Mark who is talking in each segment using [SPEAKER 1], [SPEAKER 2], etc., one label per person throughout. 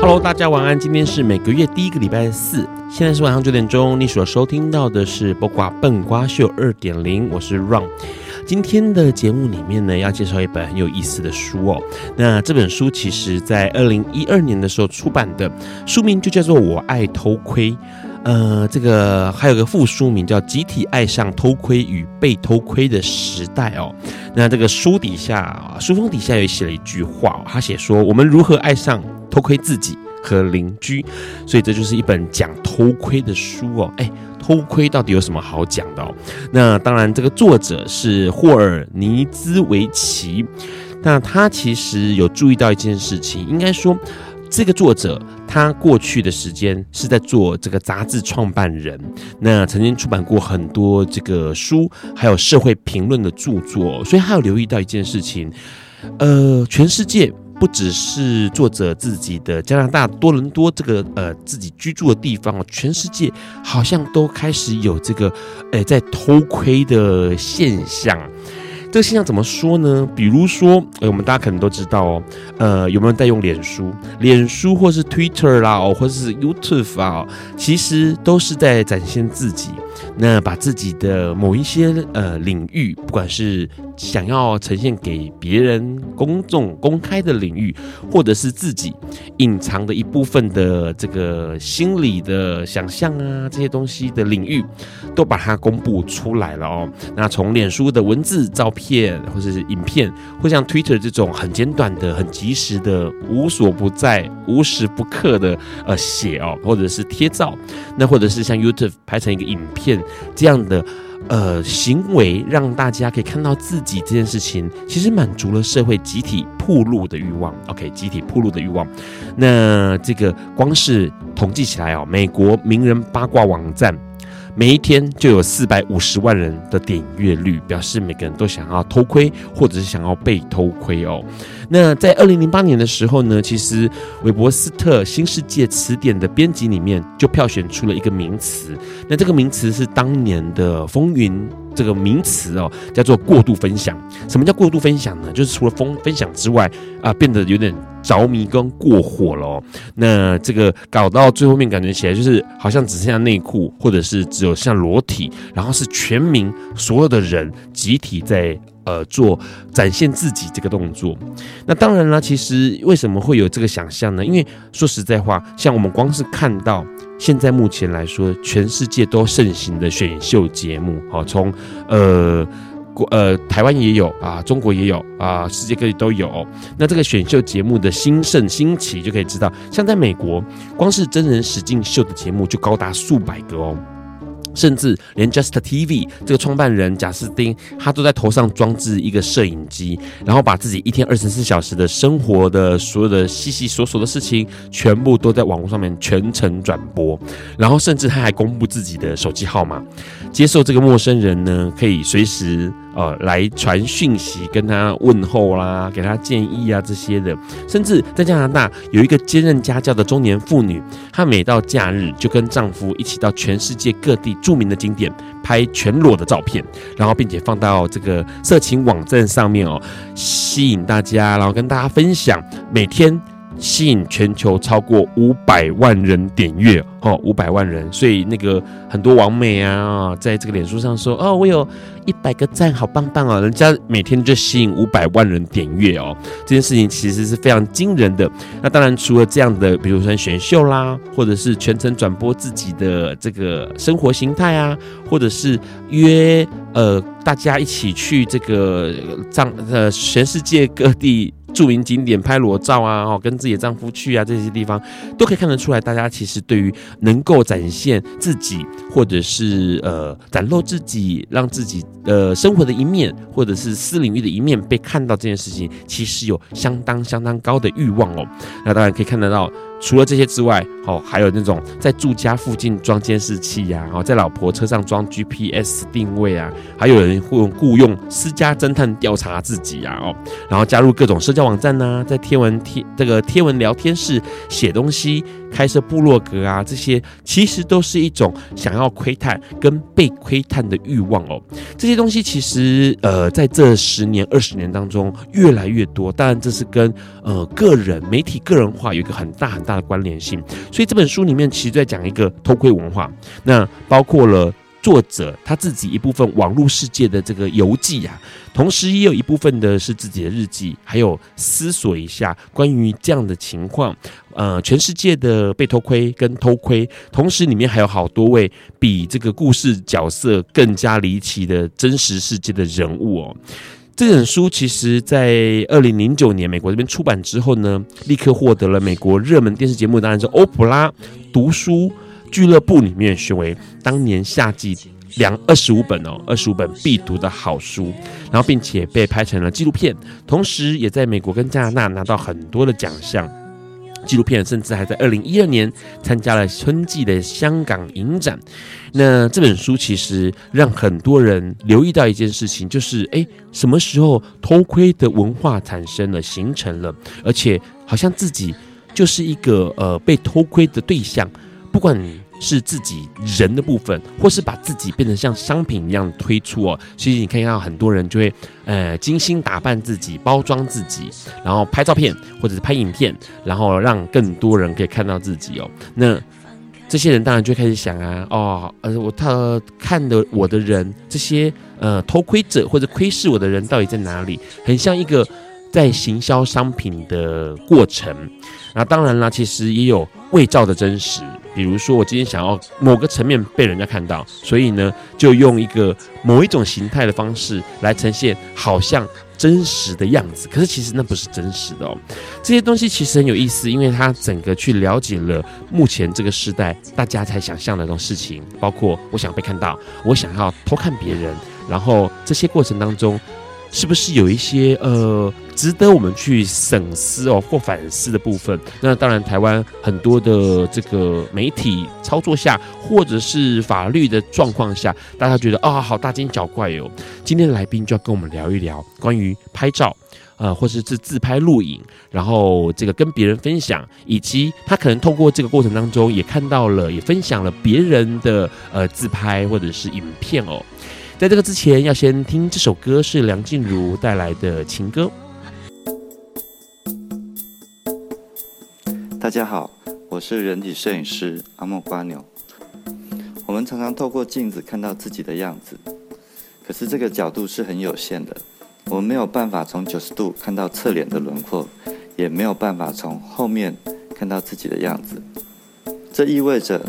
[SPEAKER 1] ，Hello，大家晚安。今天是每个月第一个礼拜四，现在是晚上九点钟。你所收听到的是《不瓜笨瓜秀》二点零，我是 Ron。今天的节目里面呢，要介绍一本很有意思的书哦。那这本书其实在二零一二年的时候出版的，书名就叫做《我爱偷窥》。呃，这个还有个副书名叫《集体爱上偷窥与被偷窥的时代》哦。那这个书底下啊，书封底下也写了一句话、哦，他写说：“我们如何爱上偷窥自己和邻居？”所以这就是一本讲偷窥的书哦。哎，偷窥到底有什么好讲的哦？那当然，这个作者是霍尔尼兹维奇。那他其实有注意到一件事情，应该说，这个作者他过去的时间是在做这个杂志创办人，那曾经出版过很多这个书，还有社会评论的著作，所以他有留意到一件事情，呃，全世界。不只是作者自己的加拿大多伦多这个呃自己居住的地方哦，全世界好像都开始有这个诶、在偷窥的现象。这个现象怎么说呢？比如说，呃，我们大家可能都知道哦，呃，有没有人在用脸书？脸书或是 Twitter 啦，哦，或是 YouTube 啊、哦，其实都是在展现自己。那把自己的某一些呃领域，不管是想要呈现给别人、公众公开的领域，或者是自己隐藏的一部分的这个心理的想象啊，这些东西的领域，都把它公布出来了哦。那从脸书的文字、照片或者是影片，或像 Twitter 这种很简短的、很及时的、无所不在、无时不刻的呃写哦，或者是贴照，那或者是像 YouTube 拍成一个影片这样的。呃，行为让大家可以看到自己这件事情，其实满足了社会集体铺路的欲望。OK，集体铺路的欲望。那这个光是统计起来哦，美国名人八卦网站每一天就有四百五十万人的点阅率，表示每个人都想要偷窥，或者是想要被偷窥哦。那在二零零八年的时候呢，其实韦伯斯特《新世界词典》的编辑里面就票选出了一个名词，那这个名词是当年的风云。这个名词哦，叫做过度分享。什么叫过度分享呢？就是除了分分享之外，啊、变得有点着迷跟过火了、哦。那这个搞到最后面，感觉起来就是好像只剩下内裤，或者是只有像裸体，然后是全民所有的人集体在呃做展现自己这个动作。那当然啦，其实为什么会有这个想象呢？因为说实在话，像我们光是看到现在目前来说，全世界都盛行的选秀节目，好、从呃。国呃，台湾也有啊，中国也有啊，世界各地都有、那这个选秀节目的兴盛兴起，就可以知道，像在美国，光是真人实境秀的节目就高达数百个哦。甚至连 Just TV 这个创办人贾斯汀，他都在头上装置一个摄影机，然后把自己一天二十四小时的生活的所有的细细琐琐的事情，全部都在网络上面全程转播。然后甚至他还公布自己的手机号码，接受这个陌生人呢，可以随时呃来传讯息跟他问候啦，给他建议啊这些的。甚至在加拿大有一个兼任家教的中年妇女，她每到假日就跟丈夫一起到全世界各地著名的景点拍全裸的照片，然后并且放到这个色情网站上面哦，吸引大家，然后跟大家分享每天。吸引全球超过五百万人点阅哦，五百万人，所以那个很多网美啊，哦在这个脸书上说哦，我有一百个赞，好棒棒啊！人家每天就吸引五百万人点阅哦，这件事情其实是非常惊人的。那当然，除了这样的，比如说选秀啦，或者是全程转播自己的这个生活形态啊，或者是约呃大家一起去这个呃藏呃全世界各地著名景点拍裸照啊，哦，跟自己的丈夫去啊这些地方，都可以看得出来，大家其实对于能够展现自己，或者是呃展露自己，让自己呃生活的一面，或者是私领域的一面被看到这件事情，其实有相当相当高的欲望哦。那当然可以看得到。除了这些之外，哦，还有那种在住家附近装监视器呀、哦，在老婆车上装 GPS 定位啊，还有人会雇用私家侦探调查自己啊，哦，然后加入各种社交网站呐、在贴文贴这个贴文聊天室写东西、开设部落格啊，这些其实都是一种想要窥探跟被窥探的欲望哦。这些东西其实呃，在这十年、二十年当中越来越多，当然这是跟呃个人媒体个人化有一个很大很大的关联性。所以这本书里面其实在讲一个偷窥文化，那包括了。作者他自己一部分网络世界的这个游记啊，同时也有一部分的是自己的日记，还有思索一下关于这样的情况，呃，全世界的被偷窥跟偷窥，同时里面还有好多位比这个故事角色更加离奇的真实世界的人物哦。这本书其实，在二零零九年美国这边出版之后呢，立刻获得了美国热门电视节目，当然是欧普拉读书俱乐部里面选为当年夏季两二十五本哦，二十五本必读的好书，然后并且被拍成了纪录片，同时也在美国跟加拿大拿到很多的奖项。纪录片甚至还在二零一二年参加了春季的香港影展。那这本书其实让很多人留意到一件事情，就是诶，什么时候偷窥的文化产生了、形成了，而且好像自己就是一个呃被偷窥的对象，不管。是自己人的部分，或是把自己变成像商品一样推出哦。其实你可以看到很多人就会，呃，精心打扮自己、包装自己，然后拍照片或者是拍影片，然后让更多人可以看到自己哦。那这些人当然就开始想啊，哦，呃，我他看的我的人，这些呃偷窥者或者窥视我的人到底在哪里？很像一个在行销商品的过程。那当然啦，其实也有伪造的真实，比如说我今天想要某个层面被人家看到，所以呢，就用一个某一种形态的方式来呈现，好像。真实的样子，可是其实那不是真实的哦。这些东西其实很有意思，因为它整个去了解了目前这个时代大家才想象的那种事情，包括我想被看到，我想要偷看别人，然后这些过程当中，是不是有一些呃值得我们去省思哦或反思的部分？那当然，台湾很多的这个媒体操作下，或者是法律的状况下，大家觉得啊、好大惊小怪哟、今天的来宾就要跟我们聊一聊关于拍照，呃，或者是自拍录影，然后这个跟别人分享，以及他可能透过这个过程当中也看到了，也分享了别人的呃自拍或者是影片哦。在这个之前，要先听这首歌是梁静茹带来的情歌。
[SPEAKER 2] 大家好，我是人体摄影师阿莫瓜牛。我们常常透过镜子看到自己的样子，可是这个角度是很有限的，我们没有办法从九十度看到侧脸的轮廓，也没有办法从后面看到自己的样子。这意味着，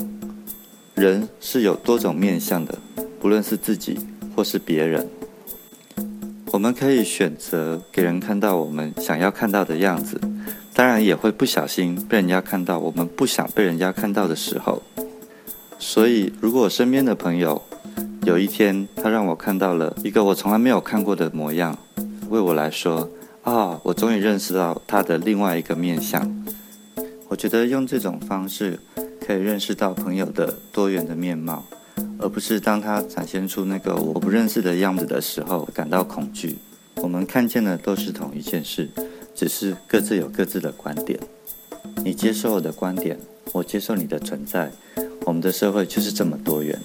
[SPEAKER 2] 人是有多种面相的，不论是自己或是别人。我们可以选择给人看到我们想要看到的样子，当然也会不小心被人家看到我们不想被人家看到的时候。所以，如果我身边的朋友有一天他让我看到了一个我从来没有看过的模样，为我来说，啊、我终于认识到他的另外一个面相。我觉得用这种方式可以认识到朋友的多元的面貌，而不是当他展现出那个我不认识的样子的时候感到恐惧。我们看见的都是同一件事，只是各自有各自的观点。你接受我的观点，我接受你的存在。我们的社会就是这么多元。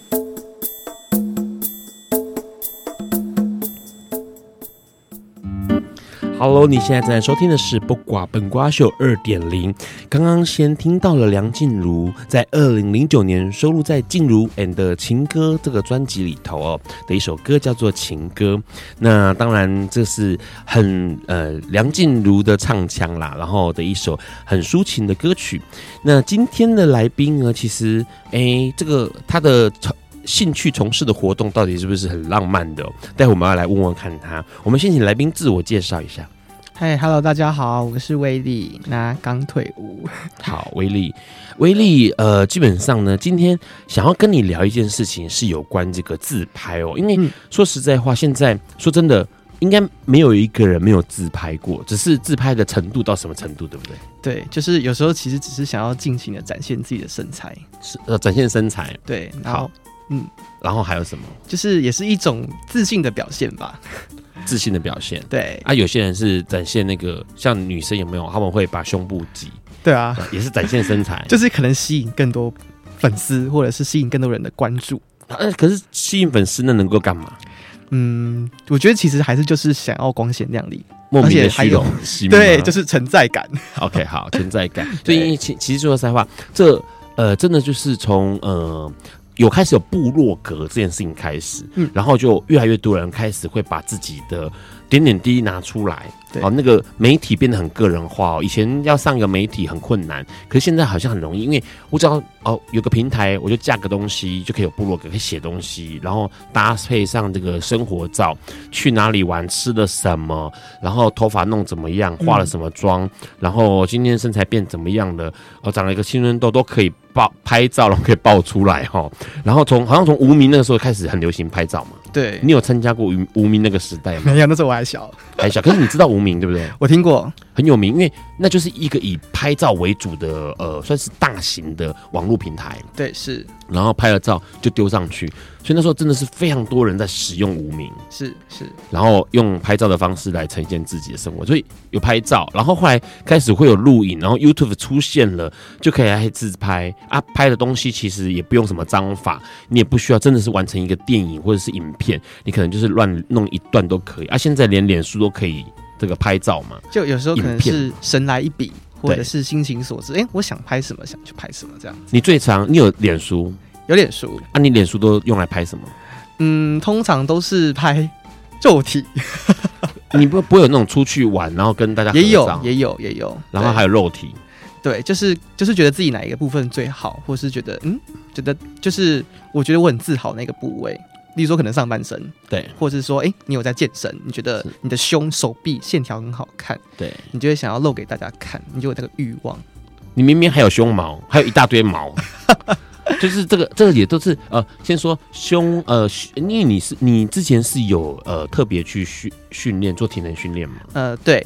[SPEAKER 1] Hello，你现在正在收听的是《不寡本瓜秀》二点零。刚刚先听到了梁静茹在二零零九年收录在《静茹 and 情歌》这个专辑里头哦的一首歌，叫做《情歌》。那当然这是很呃梁静茹的唱腔啦，然后的一首很抒情的歌曲。那今天的来宾呢，其实诶，这个他的从兴趣从事的活动到底是不是很浪漫的、哦？待会我们要来问问看他。我们先请来宾自我介绍一下。
[SPEAKER 3] 嗨、h e l l o 大家好，我是威力，那刚退伍。
[SPEAKER 1] 好，威力，威力，呃，基本上呢，今天想要跟你聊一件事情，是有关这个自拍哦。因为
[SPEAKER 3] 嗯
[SPEAKER 1] 说实在话，现在说真的，应该没有一个人没有自拍过，只是自拍的程度到什么程度，对不对？
[SPEAKER 3] 对，就是有时候其实只是想要尽情的展现自己的身材，
[SPEAKER 1] 是呃，展现身材，
[SPEAKER 3] 对，然后
[SPEAKER 1] 然后还有什么
[SPEAKER 3] 就是也是一种自信的表现吧。
[SPEAKER 1] 自信的表现。
[SPEAKER 3] 对，
[SPEAKER 1] 啊，有些人是展现那个，像女生有没有？他们会把胸部挤，
[SPEAKER 3] 对啊，
[SPEAKER 1] 也是展现身 材。
[SPEAKER 3] 就是可能吸引更多粉丝，或者是吸引更多人的关注。
[SPEAKER 1] 呃，可是吸引粉丝那能够干嘛？
[SPEAKER 3] 嗯，我觉得其实还是就是想要光鲜亮丽，
[SPEAKER 1] 莫名的
[SPEAKER 3] 而且还
[SPEAKER 1] 虚
[SPEAKER 3] 有
[SPEAKER 1] 荣心吗，
[SPEAKER 3] 对，就是存在感。
[SPEAKER 1] OK，好，存在感。所以因为其其实说实在话，这呃，真的就是从呃。有开始有部落格这件事情开始，
[SPEAKER 3] 嗯
[SPEAKER 1] 然后就越来越多人开始会把自己的点点滴滴拿出来，
[SPEAKER 3] 对
[SPEAKER 1] 哦，那个媒体变得很个人化哦。以前要上个媒体很困难，可是现在好像很容易，因为我只要哦有个平台，我就架个东西就可以有部落格，可以写东西，然后搭配上这个生活照，去哪里玩，吃了什么，然后头发弄怎么样，化
[SPEAKER 3] 嗯
[SPEAKER 1] 了什么妆，然后今天身材变怎么样了，哦，长了一个青春痘都可以爆拍照，然后可以爆出来哈、哦。然后从好像从无名那个时候开始很流行拍照嘛，
[SPEAKER 3] 对，
[SPEAKER 1] 你有参加过无无名那个时代吗？
[SPEAKER 3] 没有，那时候我还小，
[SPEAKER 1] 还小，可是你知道无名对不对？
[SPEAKER 3] 我听过。
[SPEAKER 1] 很有名，因为那就是一个以拍照为主的呃，算是大型的网络平台，
[SPEAKER 3] 对，是
[SPEAKER 1] 然后拍了照就丢上去，所以那时候真的是非常多人在使用无名。
[SPEAKER 3] 是是，
[SPEAKER 1] 然后用拍照的方式来呈现自己的生活，所以有拍照，然后后来开始会有录影，然后 YouTube 出现了，就可以来自拍啊，拍的东西其实也不用什么章法，你也不需要真的是完成一个电影或者是影片，你可能就是乱弄一段都可以啊。现在连脸书都可以这个拍照嘛，
[SPEAKER 3] 就有时候可
[SPEAKER 1] 影
[SPEAKER 3] 能
[SPEAKER 1] 片
[SPEAKER 3] 是神来一笔，或
[SPEAKER 1] 对
[SPEAKER 3] 者是心情所致，哎、我想拍什么想去拍什么这样。
[SPEAKER 1] 你最常你有脸书
[SPEAKER 3] 有点熟，
[SPEAKER 1] 啊？你脸书都用来拍什么？
[SPEAKER 3] 嗯，通常都是拍肉体，
[SPEAKER 1] 你不不会有那种出去玩，然后跟大家合
[SPEAKER 3] 也有
[SPEAKER 1] 照
[SPEAKER 3] 也有也有，
[SPEAKER 1] 然后还
[SPEAKER 3] 有
[SPEAKER 1] 有肉体，
[SPEAKER 3] 对，就是就是觉得自己哪一个部分最好，或是觉得嗯，觉得就是我觉得我很自豪那个部位，例如说可能上半身，
[SPEAKER 1] 对
[SPEAKER 3] 或是说哎、诶你有在健身，你觉得
[SPEAKER 1] 是
[SPEAKER 3] 你的胸、手臂线条很好看，
[SPEAKER 1] 对，
[SPEAKER 3] 你就会想要露给大家看，你就有那个欲望，
[SPEAKER 1] 你明明还有胸毛，还有一大堆 毛，就是这个这个也都是呃，先说胸呃，因为你是你之前是有呃特别去训训练做体能训练嘛，
[SPEAKER 3] 呃，对。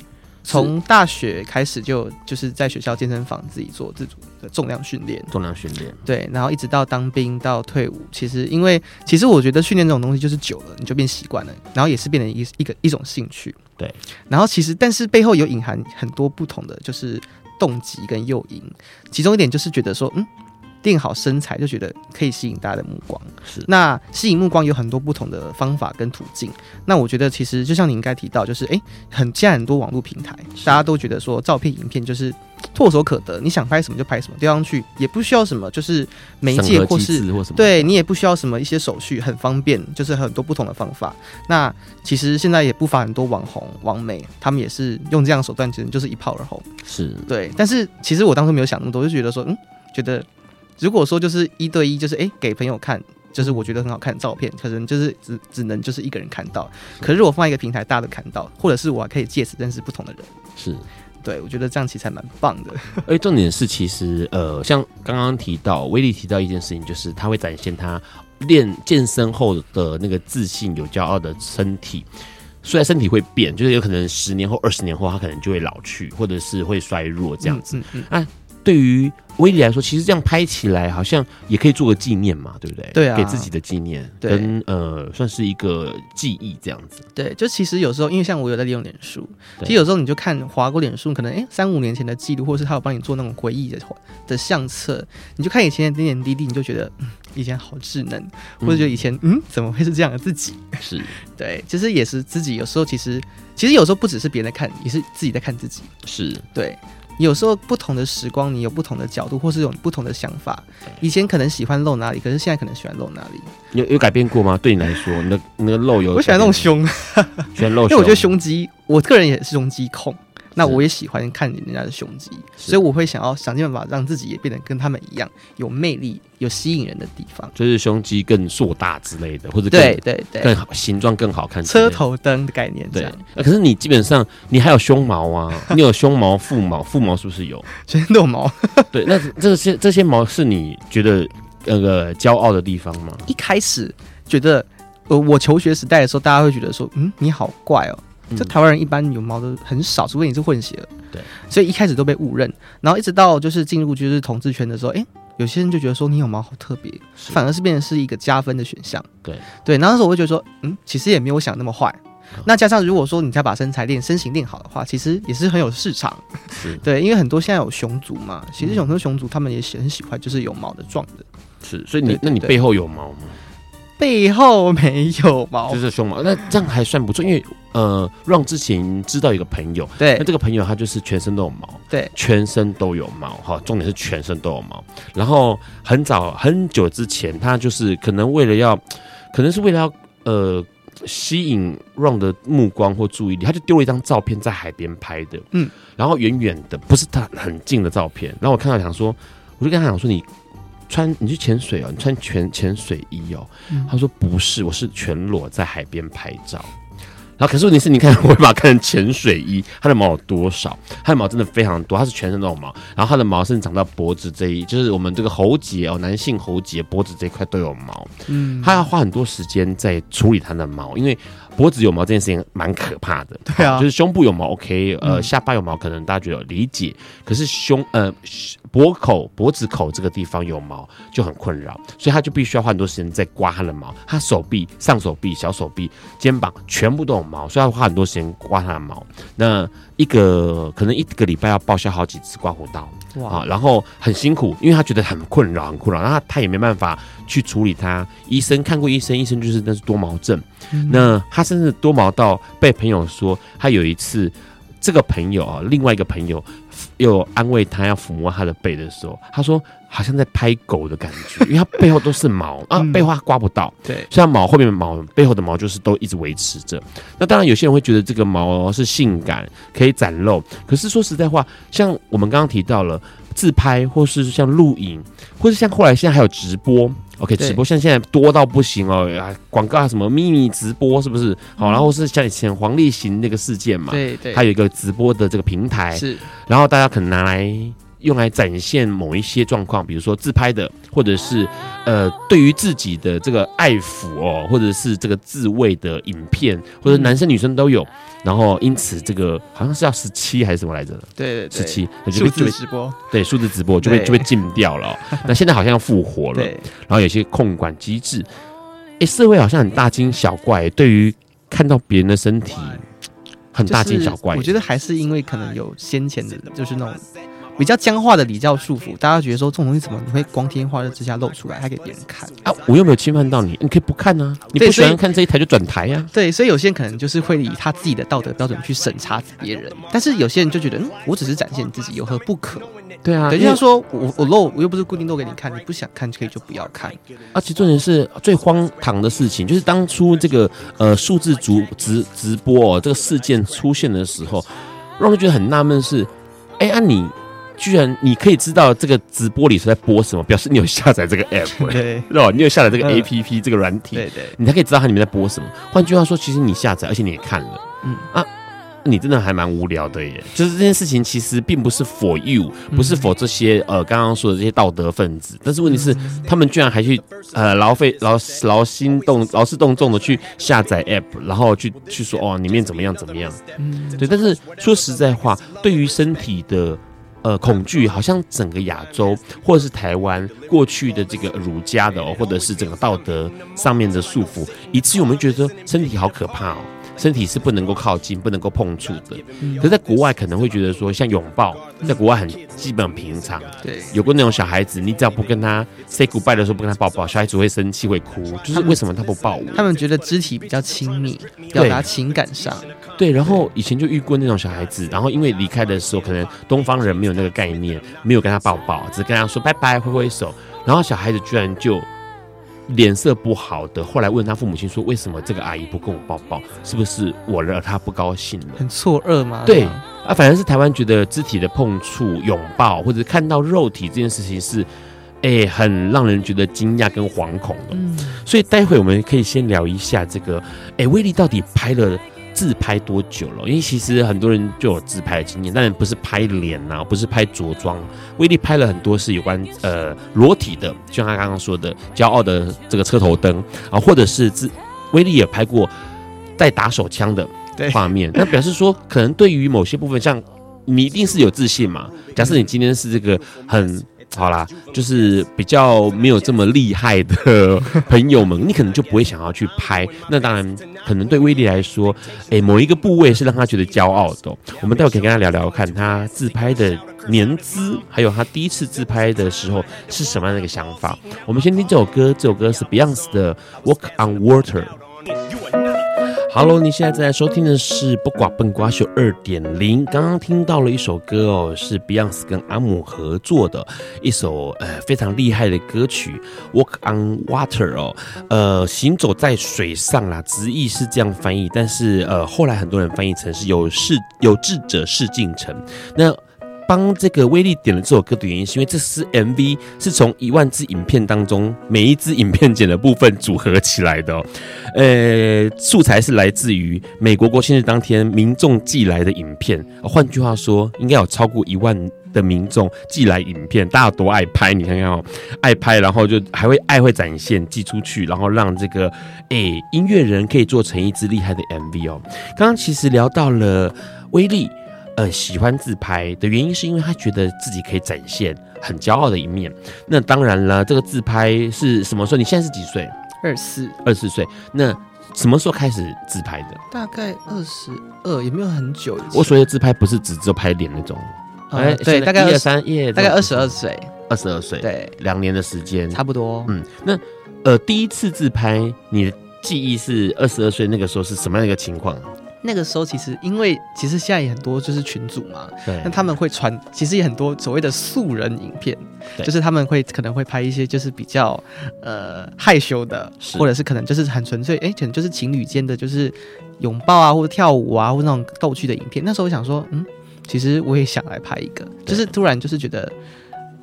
[SPEAKER 3] 从大学开始就就是在学校健身房自己做自主的重量训练，
[SPEAKER 1] 重量训练，
[SPEAKER 3] 对，然后一直到当兵到退伍，其实因为其实我觉得训练这种东西就是久了你就变习惯了，然后也是变成一一个一种兴趣。
[SPEAKER 1] 对，
[SPEAKER 3] 然后其实但是背后有隐含很多不同的就是动机跟诱因，其中一点就是觉得说，嗯，练好身材就觉得可以吸引大家的目光。
[SPEAKER 1] 是
[SPEAKER 3] 那吸引目光有很多不同的方法跟途径。那我觉得其实就像你应该提到，就是诶，很现在很多网络平台，大家都觉得说照片、影片就是唾手可得，你想拍什么就拍什么，丢上去也不需要什么就是媒
[SPEAKER 1] 审
[SPEAKER 3] 介
[SPEAKER 1] 核
[SPEAKER 3] 或
[SPEAKER 1] 机
[SPEAKER 3] 是
[SPEAKER 1] 制或什么，，
[SPEAKER 3] 对你也不需要什么一些手续，很方便，就是很多不同的方法。那其实现在也不乏很多网红、网美，他们也是用这样的手段，其实就是一炮而红。
[SPEAKER 1] 是
[SPEAKER 3] 对，但是其实我当初没有想那么多，就觉得说，嗯，觉得如果说就是一对一，就是诶给朋友看，就是我觉得很好看的照片，
[SPEAKER 1] 嗯
[SPEAKER 3] 可能就是只只能就是一个人看到。可是如果放在一个平台，大家都看到，或者是我还可以借此认识不同的人。
[SPEAKER 1] 是。
[SPEAKER 3] 对，我觉得这样其实还蛮棒的。
[SPEAKER 1] 而重点是，其实呃，像刚刚提到威力提到一件事情，就是他会展现他练健身后的那个自信、有骄傲的身体。虽然身体会变，就是有可能十年后、二十年后，他可能就会老去，或者是会衰弱这样子。
[SPEAKER 3] 嗯嗯嗯
[SPEAKER 1] 啊，对于威力来说，其实这样拍起来好像也可以做个纪念嘛，对不对？
[SPEAKER 3] 对啊
[SPEAKER 1] 给自己的纪念，
[SPEAKER 3] 对
[SPEAKER 1] 跟呃，算是一个记忆这样子。
[SPEAKER 3] 对，就其实有时候，因为像我有在利用脸书，
[SPEAKER 1] 对
[SPEAKER 3] 其实有时候你就看划过脸书，可能哎三五年前的记录，或者是他有帮你做那种回忆的的相册，你就看以前的点点滴滴，你就觉得、嗯、以前好稚嫩，或者觉得以前嗯怎么会是这样的自己？
[SPEAKER 1] 是
[SPEAKER 3] 对，其实也是自己有时候其实其实有时候不只是别人在看你，也是自己在看自己。
[SPEAKER 1] 是，
[SPEAKER 3] 对，有时候不同的时光，你有不同的角度，或是有不同的想法。以前可能喜欢露哪里，可是现在可能喜欢露哪里。
[SPEAKER 1] 你有有改变过吗？对你来说，你的你的肉有？
[SPEAKER 3] 我喜欢那种， 胸，
[SPEAKER 1] 喜欢露
[SPEAKER 3] 因为我觉得胸肌，我个人也是胸肌控，那我也喜欢看人家的胸肌，
[SPEAKER 1] 是
[SPEAKER 3] 所以我会想要想尽办法让自己也变得跟他们一样有魅力、有吸引人的地方。
[SPEAKER 1] 就是胸肌更硕大之类的，或者更
[SPEAKER 3] 对对对，
[SPEAKER 1] 更好形状更好看之类
[SPEAKER 3] 车
[SPEAKER 1] 的。
[SPEAKER 3] 头灯的概念这
[SPEAKER 1] 对，
[SPEAKER 3] 样，
[SPEAKER 1] 呃可是你基本上你还有胸毛啊， 你有胸毛、腹毛，腹毛是不是有？
[SPEAKER 3] 全身都有毛。
[SPEAKER 1] 对，那这些这些毛是你觉得那个骄傲的地方吗？
[SPEAKER 3] 一开始觉得，呃，我求学时代的时候，大家会觉得说，嗯，你好怪哦。
[SPEAKER 1] 嗯
[SPEAKER 3] 这台湾人一般有毛的很少，除非你是混血儿。
[SPEAKER 1] 对，
[SPEAKER 3] 所以一开始都被误认，然后一直到就是进入就是同志圈的时候，哎、有些人就觉得说你有毛好特别，
[SPEAKER 1] 是
[SPEAKER 3] 反而是变成是一个加分的选项。
[SPEAKER 1] 对
[SPEAKER 3] 对，然后那时候我会觉得说，嗯，其实也没有我想那么坏。
[SPEAKER 1] 嗯
[SPEAKER 3] 那加上如果说你再把身材练、身形练好的话，其实也是很有市场。
[SPEAKER 1] 是
[SPEAKER 3] 对，因为很多现在有熊族嘛，其实
[SPEAKER 1] 嗯
[SPEAKER 3] 很多熊族他们也喜很喜欢就是有毛的壮的，
[SPEAKER 1] 是，所以你
[SPEAKER 3] 对对
[SPEAKER 1] 那你
[SPEAKER 3] 对
[SPEAKER 1] 背后有毛吗？
[SPEAKER 3] 背后没有毛
[SPEAKER 1] 就。是胸毛，那这样还算不错，因为呃，让之前知道有个朋友，
[SPEAKER 3] 对
[SPEAKER 1] 那，这个朋友他就是全身都有毛，
[SPEAKER 3] 对，
[SPEAKER 1] 全身都有毛哈，重点是全身都有毛。然后很早很久之前，他就是可能为了要，可能是为了要呃吸引 Ron 的目光或注意力，他就丢了一张照片在海边拍的，
[SPEAKER 3] 嗯，
[SPEAKER 1] 然后远远的不是他很近的照片，然后我看到想说，我就跟他讲说你。穿你去潜水哦，你穿全潜水衣哦。
[SPEAKER 3] 嗯
[SPEAKER 1] 他说不是，我是全裸在海边拍照。然后可是问题是，你看我会把它看成潜水衣，它的毛有多少？它的毛真的非常多，它是全身都有毛，然后它的毛甚至长到脖子这一，就是我们这个喉结哦，男性喉结脖子这一块都有毛，
[SPEAKER 3] 嗯，
[SPEAKER 1] 他要花很多时间在处理它的毛，因为脖子有毛这件事情蛮可怕的。
[SPEAKER 3] 对啊，
[SPEAKER 1] 就是胸部有毛，OK，呃，
[SPEAKER 3] 嗯
[SPEAKER 1] 下巴有毛，可能大家觉得有理解，可是胸呃脖口脖子口这个地方有毛就很困扰，所以他就必须要花很多时间在刮他的毛，他手臂、上手臂、小手臂、肩膀全部都有毛，所以他花很多时间刮他的毛。那一个可能一个礼拜要报销好几次刮胡刀啊，
[SPEAKER 3] 哇，
[SPEAKER 1] 然后很辛苦，因为他觉得很困扰，很困扰，然后他他也没办法去处理他。医生看过医生，医生就是那是多毛症。
[SPEAKER 3] 嗯
[SPEAKER 1] 那他甚至多毛到被朋友说，他有一次这个朋友啊，另外一个朋友又安慰他要抚摸他的背的时候，他说好像在拍狗的感觉，因为他背后都是毛啊，
[SPEAKER 3] 嗯
[SPEAKER 1] 背后他刮不到，
[SPEAKER 3] 对，
[SPEAKER 1] 虽然毛后面的毛背后的毛就是都一直维持着。那当然，有些人会觉得这个毛哦是性感，可以展露。可是说实在话，像我们刚刚提到了自拍，或是像录影，或是像后来现在还有直播。OK，
[SPEAKER 3] 对
[SPEAKER 1] 直播像现在多到不行哦，啊广告啊什么秘密直播是不是？好，然后是像以前黄立行那个事件嘛，
[SPEAKER 3] 对嗯对，
[SPEAKER 1] 它有一个直播的这个平台，
[SPEAKER 3] 是
[SPEAKER 1] 然后大家可能拿来用来展现某一些状况，比如说自拍的，或者
[SPEAKER 3] 啊
[SPEAKER 1] 是呃对于自己的这个爱抚哦，或者是这个自慰的影片，或
[SPEAKER 3] 嗯
[SPEAKER 1] 者男生女生都有。然后因此这个好像是要十七还是什么来着？
[SPEAKER 3] 对对
[SPEAKER 1] 十
[SPEAKER 3] 对，
[SPEAKER 1] 七呃就
[SPEAKER 3] 数
[SPEAKER 1] 被就
[SPEAKER 3] 字
[SPEAKER 1] 被
[SPEAKER 3] 直播，
[SPEAKER 1] 对数字直播就被
[SPEAKER 3] 对
[SPEAKER 1] 就被禁掉 了哦、那现在好像要复活了，
[SPEAKER 3] 对
[SPEAKER 1] 然后有些控管机制。哎，社会好像很大惊小怪，对于看到别人的身体很大惊小怪。
[SPEAKER 3] 就是我觉得还是因为可能有先前的，就是那种比较僵化的礼教束缚，大家觉得说这种东西怎么你会光天化日之下露出来，还给别人看？
[SPEAKER 1] 啊，我又没有侵犯到你，你可以不看啊，你
[SPEAKER 3] 对
[SPEAKER 1] 不喜
[SPEAKER 3] 所
[SPEAKER 1] 欢
[SPEAKER 3] 以
[SPEAKER 1] 看这一台就转台啊呀、
[SPEAKER 3] 对，所以有些人可能就是会以他自己的道德标准去审查别人，但是有些人就觉得，嗯，我只是展现自己，有何不可？
[SPEAKER 1] 啊。对啊，
[SPEAKER 3] 对，
[SPEAKER 1] 因
[SPEAKER 3] 就
[SPEAKER 1] 为
[SPEAKER 3] 像说我我露，我又不是固定露给你看，你不想看可以就不要看。
[SPEAKER 1] 而且啊重点是最荒唐的事情，就是当初这个呃数字直直直播、哦、这个事件出现的时候，让人觉得很纳闷是，哎、啊你居然你可以知道这个直播里是在播什么，表示你有下载这个 app，欸
[SPEAKER 3] 对
[SPEAKER 1] 对吧？你有下载这个
[SPEAKER 3] 嗯
[SPEAKER 1] app、这个软体，
[SPEAKER 3] 对对，
[SPEAKER 1] 你才可以知道它里面在播什么。换句话说，其实你下载，而且你也看了，嗯
[SPEAKER 3] 嗯
[SPEAKER 1] 啊，你真的还蛮无聊的耶。就是这件事情其实并不是 for you，不
[SPEAKER 3] 嗯
[SPEAKER 1] 是 for 这些呃刚刚说的这些道德分子，但是问题是、
[SPEAKER 3] 嗯
[SPEAKER 1] 他们居然还去呃劳费劳劳心动劳师动众的去下载 app，然后去去说哦里面怎么样怎么样。
[SPEAKER 3] 嗯，
[SPEAKER 1] 对，但是说实在话，对于身体的。呃恐惧，好像整个亚洲或者是台湾过去的这个儒家的、哦，或者是整个道德上面的束缚，以至于我们觉得说身体好可怕哦，身体是不能够靠近、不能够碰触的。可是在国外可能会觉得说，像拥抱，在国外很基本平常。
[SPEAKER 3] 对，
[SPEAKER 1] 有过那种小孩子，你只要不跟他 say goodbye 的时候不跟他抱抱，小孩子会生气会哭，就是为什么他不抱我？
[SPEAKER 3] 他们觉得肢体比较亲密，表达情感上，
[SPEAKER 1] 对，然后以前就遇过那种小孩子，然后因为离开的时候，可能东方人没有那个概念，没有跟他抱抱，只跟他说拜拜，挥挥手，然后小孩子居然就脸色不好的，后来问他父母亲说，为什么这个阿姨不跟我抱抱？是不是我惹他不高兴 了？
[SPEAKER 3] 很错愕嘛。
[SPEAKER 1] 对啊，反而是台湾觉得肢体的碰触、拥抱或者看到肉体这件事情是，哎、很让人觉得惊讶跟惶恐的。
[SPEAKER 3] 嗯，
[SPEAKER 1] 所以待会我们可以先聊一下这个，哎、威力到底拍了自拍多久了？因为其实很多人就有自拍的经验，当然不是拍脸呐、不是拍着装。威力拍了很多是有关呃裸体的，就像他刚刚说的，骄傲的这个车头灯啊，或者是自威力也拍过带打手枪的
[SPEAKER 3] 对
[SPEAKER 1] 画面，那表示说可能对于某些部分像。你一定是有自信嘛？假设你今天是这个很好啦，就是比较没有这么厉害的朋友们，你可能就不会想要去拍。那当然，可能对威力来说，诶、某一个部位是让他觉得骄傲的哦、我们待会可以跟他聊聊看，他自拍的年资，还有他第一次自拍的时候是什么样的一个想法。我们先听这首歌，这首歌是 Beyonce 的《Walk on Water》。Hello，你现在正在收听的是《不寡笨瓜秀》二点零。刚刚听到了一首歌哦，是 Beyonce 跟阿姆合作的一首呃非常厉害的歌曲《Walk on Water》哦，呃，行走在水上啦，直译是这样翻译，但是呃后来很多人翻译成是有事有志者事竟成。那帮这个威力点了这首歌的原因，是因为这支 MV 是从一万支影片当中每一支影片剪的部分组合起来的、哦，呃，素材是来自于美国国庆日当天民众寄来的影片。呃换句话说，应该有超过一万的民众寄来影片，大家有多爱拍，你看看哦，爱拍，然后就还会爱会展现，寄出去，然后让这个诶、音乐人可以做成一支厉害的 MV 哦。刚刚其实聊到了威力。呃，喜欢自拍的原因是因为他觉得自己可以展现很骄傲的一面。那当然了，这个自拍是什么时候？你现在是几岁？
[SPEAKER 3] 二四
[SPEAKER 1] 二十岁，那什么时候开始自拍的？
[SPEAKER 3] 大概二十二，也没有很久以前。
[SPEAKER 1] 我所谓的自拍不是只只有拍脸那种，
[SPEAKER 3] 呃
[SPEAKER 1] 哎
[SPEAKER 3] 对，大概
[SPEAKER 1] 一
[SPEAKER 3] 二
[SPEAKER 1] 二
[SPEAKER 3] 十，
[SPEAKER 1] 三，耶，
[SPEAKER 3] 大概二十二岁，
[SPEAKER 1] 二十二岁，，
[SPEAKER 3] 对，
[SPEAKER 1] 两年的时间，
[SPEAKER 3] 差不多。
[SPEAKER 1] 嗯，那呃，第一次自拍，你的记忆是二十二岁那个时候是什么样的一个情况？
[SPEAKER 3] 那个时候其实因为其实现在也很多就是群组嘛，
[SPEAKER 1] 对
[SPEAKER 3] 那，他们会传，其实也很多所谓的素人影片，
[SPEAKER 1] 对
[SPEAKER 3] 就是他们会可能会拍一些就是比较呃害羞的，
[SPEAKER 1] 是
[SPEAKER 3] 或者是可能就是很纯粹，哎，可能就是情侣间的就是拥抱啊，或者跳舞啊，或者那种逗趣的影片。那时候我想说，嗯，其实我也想来拍一个，就是突然就是觉得